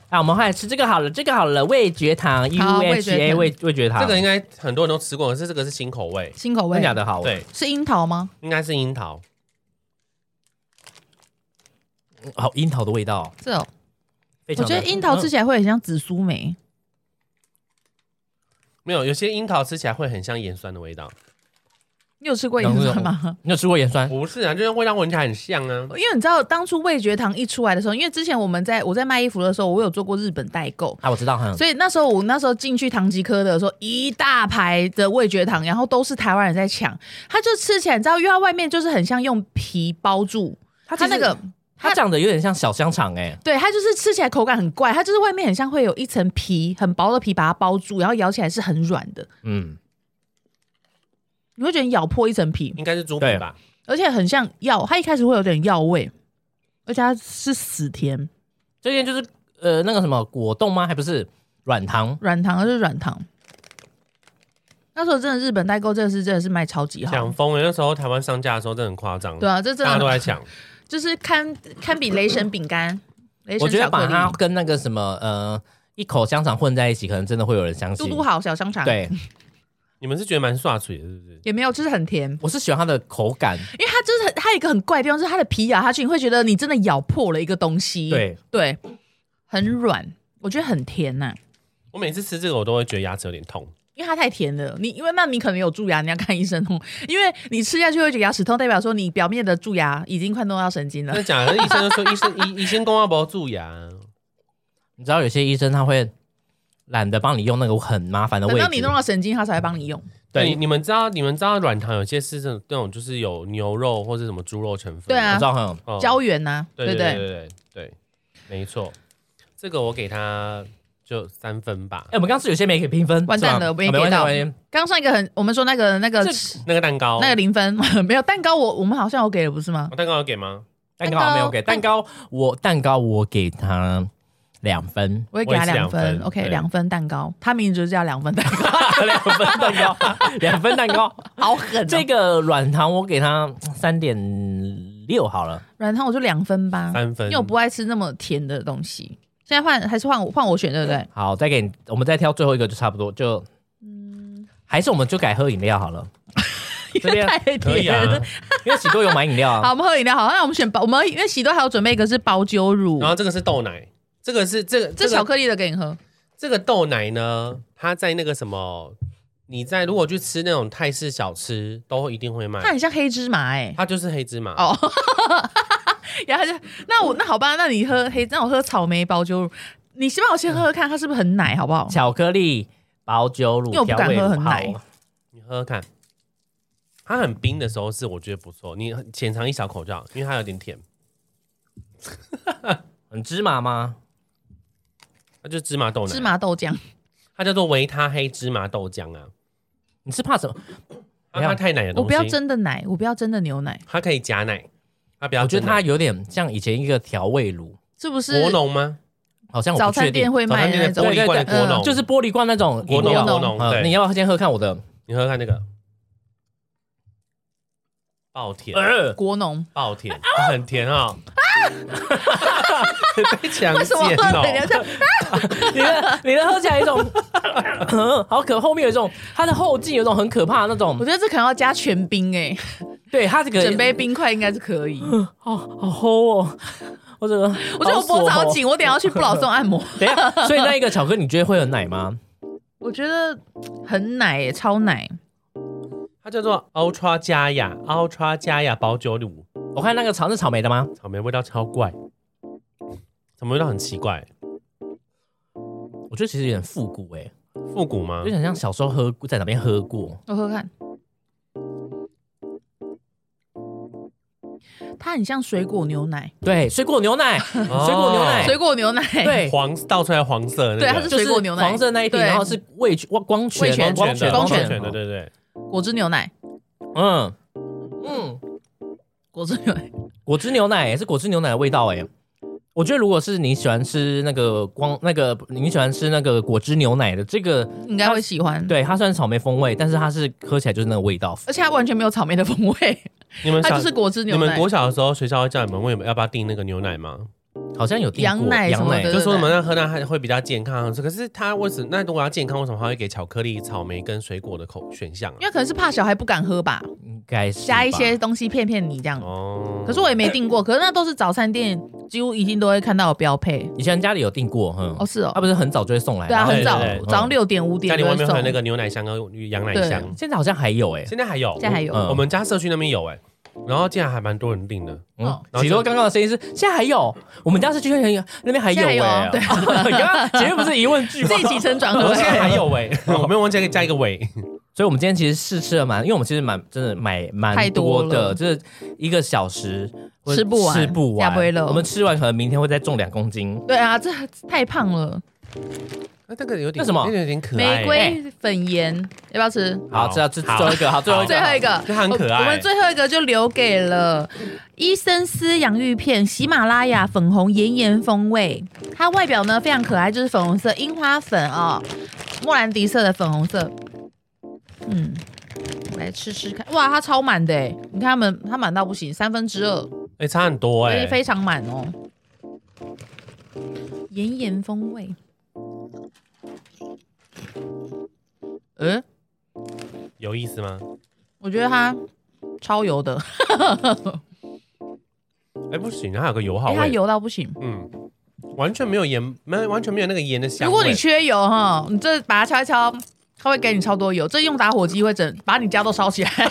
Speaker 3: 啊，我们后来吃这个好了，这个好了，味觉糖 E U
Speaker 2: 好味
Speaker 3: H
Speaker 2: 觉
Speaker 3: A
Speaker 2: 糖
Speaker 3: 味味觉糖，
Speaker 4: 这个应该很多人都吃过，可是这个是新口味，
Speaker 2: 新口味
Speaker 3: 真假的好，，
Speaker 4: 对，
Speaker 2: 是樱桃吗？
Speaker 4: 应该是樱桃。
Speaker 3: 好樱桃的味道，
Speaker 2: 是哦，
Speaker 3: 非常
Speaker 2: 我
Speaker 3: 的嗯
Speaker 2: 觉得樱桃吃起来会很像紫苏梅。
Speaker 4: 没有，有些樱桃吃起来会很像盐酸的味道，
Speaker 2: 你有吃过盐酸吗？
Speaker 3: 你有吃过盐酸？
Speaker 4: 不是啊，就是味道闻起来很像啊。
Speaker 2: 因为你知道，当初味觉糖一出来的时候，因为之前我们在我在卖衣服的时候，我有做过日本代购，
Speaker 3: 啊，我知道哈，
Speaker 2: 所以那时候我那时候进去唐吉诃德的时候，一大排的味觉糖，然后都是台湾人在抢，它就吃起来，你知道，因为它外面就是很像用皮包住，它
Speaker 3: 其实
Speaker 2: 那个
Speaker 3: 它长得有点像小香肠哎、
Speaker 2: 对它就是吃起来口感很怪，它就是外面很像会有一层皮，很薄的皮把它包住，然后咬起来是很软的，
Speaker 3: 嗯，
Speaker 2: 你会觉得你咬破一层皮，
Speaker 4: 应该是猪皮
Speaker 3: 对
Speaker 4: 吧？
Speaker 2: 而且很像药，它一开始会有点药味，而且它是死甜
Speaker 3: 这边就是呃那个什么果冻吗？还不是软糖，
Speaker 2: 软糖，而是软糖。那时候真的日本代购这个是真的是卖超
Speaker 3: 啊
Speaker 2: 级好
Speaker 4: 抢，疯了！那时候台湾上架的时候，真的很夸张，
Speaker 2: 对啊，这真
Speaker 4: 大家都
Speaker 2: 的
Speaker 4: 在抢。
Speaker 2: 就是堪堪比雷神饼干、雷
Speaker 3: 我
Speaker 2: 神
Speaker 3: 觉
Speaker 2: 巧
Speaker 3: 得
Speaker 2: 克
Speaker 3: 把它
Speaker 2: 力、
Speaker 3: 跟那个什么呃一口香肠混在一起，可能真的会有人相
Speaker 2: 嘟
Speaker 3: 信。
Speaker 2: 嘟好小香肠，，
Speaker 3: 对，
Speaker 4: 你们是觉得蛮刷嘴的，是不是？
Speaker 2: 也没有就是很甜，
Speaker 3: 我是喜欢它的口 感，
Speaker 2: 因为它就是很它有一个很怪的地方，就是它的皮咬下去，你会觉得你真的咬破了一个东西，
Speaker 3: 对，
Speaker 2: 对，很软，我觉得很甜呐、
Speaker 4: 我每次吃这个，我都会觉得牙齿有点痛。
Speaker 2: 因为它太甜了，你因为那你可能有蛀牙，你要看医生哦。因为你吃下去会觉得牙齿痛，代表说你表面的蛀牙已经快弄到神经了
Speaker 4: 那。假的，医生 就说医生医医生公要不要蛀牙？
Speaker 3: 你知道有些医生他会懒得帮你用那个很麻烦的
Speaker 2: 等
Speaker 3: 位
Speaker 2: 到
Speaker 3: 置，
Speaker 2: 你弄到神经，它才会帮你用。
Speaker 3: 对
Speaker 4: 你你们知道你们知道软糖有些是这种那种就是有牛肉或者什么猪肉成分，
Speaker 2: 对啊
Speaker 3: 我知道很
Speaker 4: 哦，
Speaker 2: 胶原呐、
Speaker 4: 对
Speaker 2: 对不
Speaker 4: 对
Speaker 2: 对？
Speaker 4: 对对对，没错。这个我给他就三分吧
Speaker 3: 哎、。我们刚刚是有些没给评分，
Speaker 2: 完蛋
Speaker 3: 是吗
Speaker 2: 了我没
Speaker 3: 啊
Speaker 2: 给
Speaker 3: 关系
Speaker 2: 到
Speaker 3: 没关系
Speaker 2: 刚上一个很，我们说那个那个
Speaker 4: 那个蛋糕，
Speaker 2: 那个零分 没有蛋糕我，我们好像有给了不是吗？
Speaker 4: 我蛋糕有给吗？
Speaker 3: 蛋糕没有给，
Speaker 2: 蛋
Speaker 3: 蛋糕我蛋糕我给他两分，
Speaker 2: 我也给他
Speaker 4: 我也是
Speaker 2: 两分
Speaker 4: 两分
Speaker 2: o k
Speaker 4: 对
Speaker 2: 两分蛋糕，他名字就叫两分蛋糕，
Speaker 3: 两分蛋糕，两分蛋糕。
Speaker 2: 好狠、哦！
Speaker 3: 这个软糖我给他三点六好了，
Speaker 2: 软糖我就两分吧，
Speaker 4: 三分
Speaker 2: 因为我不爱吃那么甜的东西。现在换还是换我换我选对不对？
Speaker 3: 好，再给你，我们再挑最后一个就差不多，就嗯，还是我们就改喝饮料好了，这 边
Speaker 2: 太
Speaker 4: 可以
Speaker 2: 甜
Speaker 4: 啊
Speaker 2: 了。。
Speaker 3: 因为喜多有买饮料
Speaker 2: 好，
Speaker 3: 啊。
Speaker 2: 我们喝饮料。好，那我们选薄，我们因为喜多还有准备一个是薄酒乳
Speaker 4: 然，后这个是豆奶，这个是这个
Speaker 2: 这
Speaker 4: 个
Speaker 2: 巧克力的给你喝。
Speaker 4: 这个豆奶呢，它在那个什么，你在如果去吃那种泰式小吃，都一定会
Speaker 2: 它
Speaker 4: 卖。
Speaker 2: 很像黑芝麻 哎、
Speaker 4: 它就是黑芝麻
Speaker 2: 哦，然后他就那我那好吧，那你喝黑，那我喝草莓薄酒乳，你先帮我先喝喝看，它是不是很奶，好 不好？
Speaker 3: 巧克力薄酒乳
Speaker 2: 因为我不
Speaker 3: 调
Speaker 2: 敢
Speaker 3: 味
Speaker 2: 喝
Speaker 3: 乳
Speaker 2: 很奶
Speaker 3: 好
Speaker 4: 你喝喝看。它很冰的时候是我觉得不错，你浅尝一小口就好，因为它有点甜，
Speaker 3: 很芝麻吗？
Speaker 4: 它就是芝麻豆奶，
Speaker 2: 芝麻豆
Speaker 4: 哎
Speaker 2: 浆，
Speaker 4: 它叫做维他黑芝麻豆浆啊，
Speaker 3: 你是怕什么？
Speaker 4: 它
Speaker 3: 没有
Speaker 4: 它太奶的
Speaker 2: 我
Speaker 4: 东
Speaker 2: 不要
Speaker 4: 西，
Speaker 2: 真的奶，我不要真的牛奶，
Speaker 4: 它可以加奶，它不要
Speaker 3: 我觉
Speaker 4: 真
Speaker 3: 得
Speaker 4: 奶。
Speaker 3: 它有点像以前一个调味乳，
Speaker 2: 是不
Speaker 4: 国
Speaker 2: 是？
Speaker 4: 农吗？
Speaker 3: 好像我
Speaker 2: 早
Speaker 3: 不确
Speaker 2: 餐店
Speaker 3: 定，
Speaker 2: 会
Speaker 4: 早
Speaker 2: 卖
Speaker 4: 餐
Speaker 2: 的那
Speaker 4: 店的玻
Speaker 2: 种
Speaker 3: 对，
Speaker 4: 璃罐
Speaker 2: 对对
Speaker 4: 国农，
Speaker 3: 就是玻璃罐那种饮
Speaker 4: 国农
Speaker 3: 料
Speaker 4: 国农，
Speaker 3: 嗯你
Speaker 4: 对，
Speaker 3: 要不要先喝看我的？
Speaker 4: 你喝喝看那个，爆甜，
Speaker 3: 呃，
Speaker 2: 国 农。
Speaker 4: 爆甜，很甜啊！ 被强
Speaker 2: 为什么
Speaker 4: 奸
Speaker 2: 喝的人
Speaker 4: 哦！
Speaker 2: 家
Speaker 3: 你的你的喝起来有一种嗯好可，后面有一种它的后劲有一种很可怕的那种
Speaker 2: 我，觉得这可能要加全冰哎、
Speaker 3: 对它这个
Speaker 2: 整杯冰块应该是可 以。
Speaker 3: 好好齁哦，我这个
Speaker 2: 我觉得我脖子好 紧，我等一下要去不老松按摩。
Speaker 3: 等一下，所以那一个巧克力你觉得会有奶吗？
Speaker 2: 我觉得很奶、欸，超奶。
Speaker 4: 它叫做 Ultra 加雅，Ultra 加雅保酒乳，
Speaker 3: 我看那个草是草莓的吗？
Speaker 4: 草莓味道超怪，草莓味道很奇怪，
Speaker 3: 我觉得其实有点复古哎、
Speaker 4: 复古吗
Speaker 3: 有？点像小时候喝过在哪边喝过。
Speaker 2: 我喝喝看，它很像水果牛奶，
Speaker 3: 对，水果 牛奶，
Speaker 4: 水
Speaker 3: 水果牛奶
Speaker 2: 水果牛奶。
Speaker 3: 对，
Speaker 4: 哦黄倒出来黄色的那个，
Speaker 2: 对它是
Speaker 3: 就是
Speaker 2: 水果牛奶
Speaker 3: 黄色那一瓶，
Speaker 2: 对
Speaker 3: 然后是味全光光
Speaker 2: 味全
Speaker 3: 泉
Speaker 4: 光
Speaker 3: 泉
Speaker 4: 泉的，
Speaker 2: 光
Speaker 4: 光
Speaker 2: 泉
Speaker 4: 泉的，对对。
Speaker 2: 果汁牛奶，
Speaker 3: 嗯嗯，
Speaker 2: 果汁牛奶。
Speaker 3: 果汁牛奶、是果汁牛奶的味道哎、我觉得如果是你喜欢吃那个光那个你喜欢吃那个果汁牛奶的这个，
Speaker 2: 应该会喜欢。，
Speaker 3: 对它虽然是草莓风味，但是它是喝起来就是那个味道。
Speaker 2: 而且它完全没有草莓的风味，
Speaker 4: 你们
Speaker 2: 它
Speaker 4: 小
Speaker 2: 就是果汁
Speaker 4: 你
Speaker 2: 牛
Speaker 4: 们
Speaker 2: 奶。
Speaker 4: 国小的时候，学校会叫你们问要不要订那个牛奶吗？
Speaker 3: 好像有订
Speaker 2: 羊
Speaker 3: 过
Speaker 2: 奶什
Speaker 3: 羊
Speaker 2: 么
Speaker 3: 奶
Speaker 2: 的
Speaker 4: 就说什
Speaker 2: 对
Speaker 4: 么那喝那还会比较健康，可是他为什那如果要健康，为什么他会给巧克力、草莓跟水果的口选项
Speaker 2: 因
Speaker 4: 啊？
Speaker 2: 为可能是怕小孩不敢喝吧，
Speaker 3: 应该是
Speaker 2: 加一
Speaker 3: 吧
Speaker 2: 些东西骗骗你这样。
Speaker 4: 哦，
Speaker 2: 嗯可是我也没订过，可是那都是早餐店几乎一定都会看到的标配。
Speaker 3: 以前家里有订过，哼，
Speaker 2: 哦，是哦
Speaker 3: 他，不是很早就会送来，
Speaker 2: 对啊，
Speaker 3: 然后
Speaker 2: 很早
Speaker 4: 啊对对对，
Speaker 2: 早上六点五
Speaker 4: 家
Speaker 2: 点
Speaker 4: 里
Speaker 2: 就
Speaker 4: 外
Speaker 2: 会
Speaker 4: 面会有那
Speaker 2: 送。
Speaker 4: 个牛奶箱跟羊奶
Speaker 2: 对
Speaker 4: 箱，
Speaker 3: 嗯现在好像还有哎，
Speaker 4: 现在还有，
Speaker 2: 现在还有
Speaker 4: 我
Speaker 3: 嗯
Speaker 4: 我们家社区那边有哎、然后竟然还蛮多人 订的，
Speaker 3: 嗯
Speaker 2: 哦，
Speaker 4: 然后就
Speaker 3: 许多刚刚的声音是现在还有，我们家是居然有那边还有
Speaker 2: 现在还
Speaker 3: 哎
Speaker 2: 有， 对
Speaker 3: 刚刚前面不是疑问句吗
Speaker 2: 自？己 起承 转合
Speaker 4: 我，现在还有
Speaker 3: 欸
Speaker 4: 哎、
Speaker 3: 哦
Speaker 4: 我没有忘记加一个尾，
Speaker 3: 所以我们今天其实试吃了蛮，因为我们其实蛮真的买
Speaker 2: 太
Speaker 3: 蛮
Speaker 2: 多了
Speaker 3: 的，就是一个小时或者
Speaker 2: 吃不完
Speaker 3: 吃不
Speaker 2: 下不会
Speaker 3: 完
Speaker 2: 漏，
Speaker 3: 我们吃完可能明天会再重两公斤。
Speaker 2: 对啊，这太胖了。
Speaker 4: 啊那这个有点
Speaker 3: 那什么
Speaker 4: 那个有点可爱、
Speaker 2: 玫瑰粉盐要不要吃？
Speaker 4: 好
Speaker 3: 好，这这
Speaker 4: 好
Speaker 3: 最后一个，好，最后一
Speaker 2: 最
Speaker 3: 个，
Speaker 2: 后一个，
Speaker 4: 哦
Speaker 2: 哦
Speaker 4: 这很可爱
Speaker 2: 我。我们最后一个就留给了伊森丝洋芋片，喜马拉雅粉红岩盐风味。它外表呢非常可爱，就是粉红色樱花粉哦，莫兰迪色的粉红色。嗯，我来吃吃看。哇，它超满的哎！你看它们，它满到不行，三分之二，
Speaker 4: 哎、差很多
Speaker 2: 所
Speaker 4: 哎、
Speaker 2: 以非常满哦。岩盐风味。嗯、
Speaker 4: 有意思吗？
Speaker 2: 我觉得它
Speaker 4: 哦
Speaker 2: 超油的，
Speaker 4: 哎、不行，它有个油
Speaker 2: 因
Speaker 4: 耗
Speaker 2: 为
Speaker 4: 味，
Speaker 2: 欸它油到不行。
Speaker 4: 嗯，完全没有盐，没有完全没有那个盐的香
Speaker 2: 如
Speaker 4: 味。
Speaker 2: 果你缺油哈，你这把它敲一敲，它会给你超多油。这用打火机会整把你家都烧起来。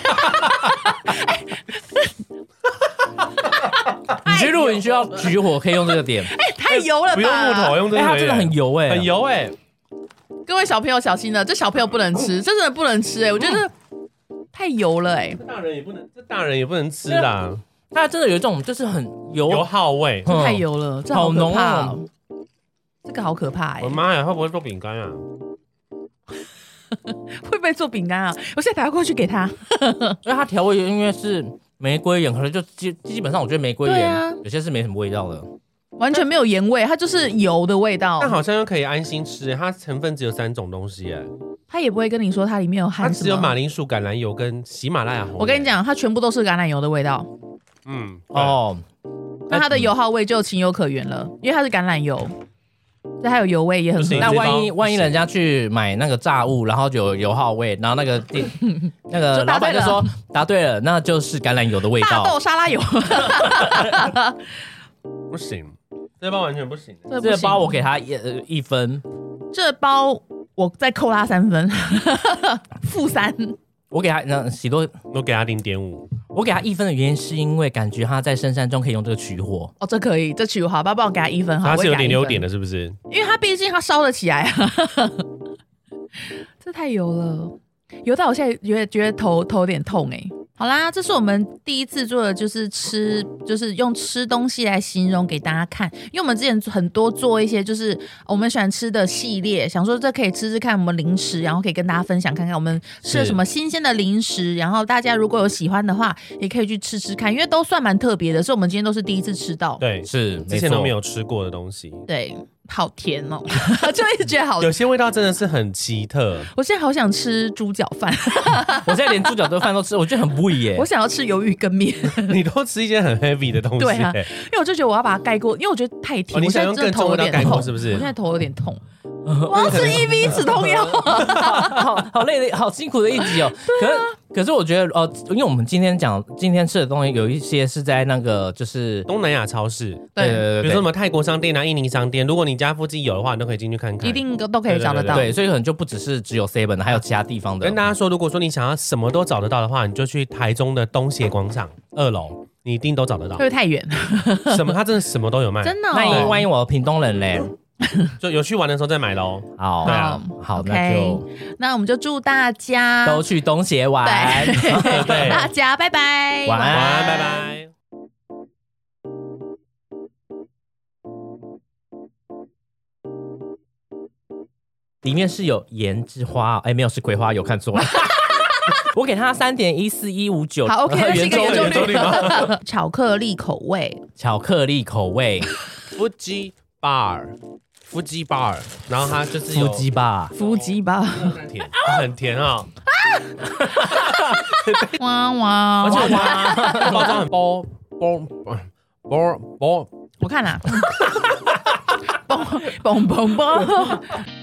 Speaker 3: 你觉得如果你需要举火，可以用这个点，
Speaker 2: 哎、太油了吧！
Speaker 4: 不用木头，用这
Speaker 3: 哎，
Speaker 4: 个、
Speaker 3: 它真的很油哎，
Speaker 4: 很。油哎、
Speaker 2: 各位小朋友小心了，这小朋友不能
Speaker 4: 嗯
Speaker 2: 吃，这真的不能吃哎、我觉得太油了哎、
Speaker 4: 这大人也不能，这大人也不能吃啦，
Speaker 2: 哦
Speaker 3: 它真的有一种就是很油
Speaker 4: 油耗味。
Speaker 2: 这太油了，这
Speaker 3: 好
Speaker 2: 可怕
Speaker 3: 浓
Speaker 2: 哦、
Speaker 3: 哦
Speaker 2: 这个好可怕哎、哦
Speaker 4: 我的妈呀，会不会做饼干啊？
Speaker 2: 会不会做饼干啊？我现在打过去给他。
Speaker 3: 嗯因为它调味因为是玫瑰盐，可能就基基本上我觉得玫瑰
Speaker 2: 对
Speaker 3: 盐、
Speaker 2: 啊
Speaker 3: 有些是没什么味道的。
Speaker 2: 完全没有盐味，它就是油的味道
Speaker 4: 但。好像又可以安心吃，它成分只有三种东西耶，
Speaker 2: 它也不会跟你说它里面有
Speaker 4: 它
Speaker 2: 含哦什
Speaker 4: 只有马
Speaker 2: 么。
Speaker 4: 铃薯、橄榄油跟喜马拉雅红。
Speaker 2: 我跟你，讲，它全部都是橄榄油的味道，
Speaker 4: 嗯，哦，
Speaker 3: 哦，
Speaker 2: 那它的油耗味就情有可原了，因为它是橄榄油，所以它有油味也很
Speaker 4: 不
Speaker 2: 合
Speaker 4: 行
Speaker 2: 理
Speaker 3: 那
Speaker 4: 这
Speaker 3: 万一
Speaker 4: 包
Speaker 3: 万一人家去买那个炸物，然后就有油耗味，然后 那个店那个
Speaker 2: 就答
Speaker 3: 老板
Speaker 2: 对了
Speaker 3: 就说答对了，那就是橄榄油的味
Speaker 2: 大
Speaker 3: 道
Speaker 2: 豆。沙拉油，
Speaker 4: 不行，这包完全不行。
Speaker 2: 这不
Speaker 3: 这
Speaker 2: 行
Speaker 3: 包我给他一呃一分，
Speaker 2: 这包我再扣他三分， 负三。
Speaker 3: 我给他那喜多，
Speaker 4: 我给它零点五，
Speaker 3: 我给他一分的原因是因为感觉他在深山中可以用这个取火。
Speaker 2: 哦，这可以，这取好，爸爸我给他一分好，
Speaker 4: 它是有点
Speaker 2: 优
Speaker 4: 优点，的，是不是？
Speaker 2: 因为它毕竟它烧得起来啊， 这太油了，油到我现在觉得觉得头头有点痛哎、好啦，这是我们第一次做的，就是吃，就是用吃东西来形容给大家看。因为我们之前很多做一些就是我们喜欢吃的系列，想说这可以吃吃看我们零食，然后可以跟大家分享看看我们吃了
Speaker 3: 是
Speaker 2: 什么新鲜的零食。然后大家如果有喜欢的话，也可以去吃吃看，因为都算蛮特别的，所以我们今天都是第一次吃到。
Speaker 4: 对，
Speaker 3: 是，
Speaker 4: 之前都没
Speaker 3: 有。
Speaker 4: 有吃过的东西，
Speaker 2: 对，好甜哦， 就一直觉得好。
Speaker 4: 有些味道真的是很奇 特。
Speaker 2: 我现在好想吃猪脚饭，
Speaker 3: 我现在连猪脚炖饭都吃，我觉得很不耶
Speaker 2: 我。想要吃鱿鱼羹 面，
Speaker 4: 你都吃一些很 heavy 的东西、
Speaker 2: 对啊
Speaker 4: 欸
Speaker 2: 因为我就觉得我要把它盖过，因为我觉得太甜。
Speaker 4: 哦你
Speaker 2: 我现
Speaker 4: 想
Speaker 2: 在
Speaker 4: 用
Speaker 2: 真的头有
Speaker 4: 更重的
Speaker 2: 点
Speaker 4: 盖过
Speaker 2: 痛，
Speaker 4: 是不是
Speaker 2: 我现在头有点 痛，我要吃 E V 止痛 药。
Speaker 3: 好好累的，好辛苦的一 集哦。
Speaker 2: 啊
Speaker 3: 可是可是我觉得哦、因为我们今天讲今天吃的东西有一些是在那个就是呃
Speaker 4: 东南亚超市，
Speaker 2: 对，
Speaker 3: 对
Speaker 4: 比如说什么泰国商店啊、印尼商店，如果你家附近有的话，你都可以进去看看。
Speaker 2: 一定都可以找得到。
Speaker 3: 对，所以可能就不只是只有 seven 的，还有其他地方的
Speaker 4: 跟。大家说，如果说你想要什么都找得到的话，你就去台中的东协广场二
Speaker 2: 哦
Speaker 4: 楼，你一定都找得 到
Speaker 2: 会不。会太远？
Speaker 4: 什么，它真的什么都有卖，
Speaker 2: 真的
Speaker 3: 那万一
Speaker 2: 哦。
Speaker 3: 万一我屏东人嘞？
Speaker 4: 就有去玩的时候再买喽。
Speaker 3: 好，
Speaker 4: 对啊
Speaker 3: 好，
Speaker 2: 嗯 OK
Speaker 3: 那就
Speaker 2: 那我们就祝大家
Speaker 3: 都去东协 玩。
Speaker 4: 对
Speaker 2: 对大
Speaker 4: 晚
Speaker 2: 家拜拜，
Speaker 3: 晚安
Speaker 4: 安，拜拜。
Speaker 3: 里面是有盐之花哦，哎，没有，是葵花油，看错 了。我给他三点一四一五九，
Speaker 2: 好，OK，又是一个
Speaker 4: 圆周
Speaker 2: 圆周
Speaker 4: 率
Speaker 2: 率， 巧克力口味，
Speaker 3: 巧克力口味，
Speaker 4: 腹肌 bar，腹肌 bar，然后它就是
Speaker 3: 腹
Speaker 4: 有
Speaker 3: 肌吧。
Speaker 2: 伏击吧，
Speaker 4: 很甜，很甜啊、
Speaker 2: 哇哇！
Speaker 4: 而且我妈 包装很包包嗯包包。
Speaker 2: 我看啦，嘣嘣嘣嘣。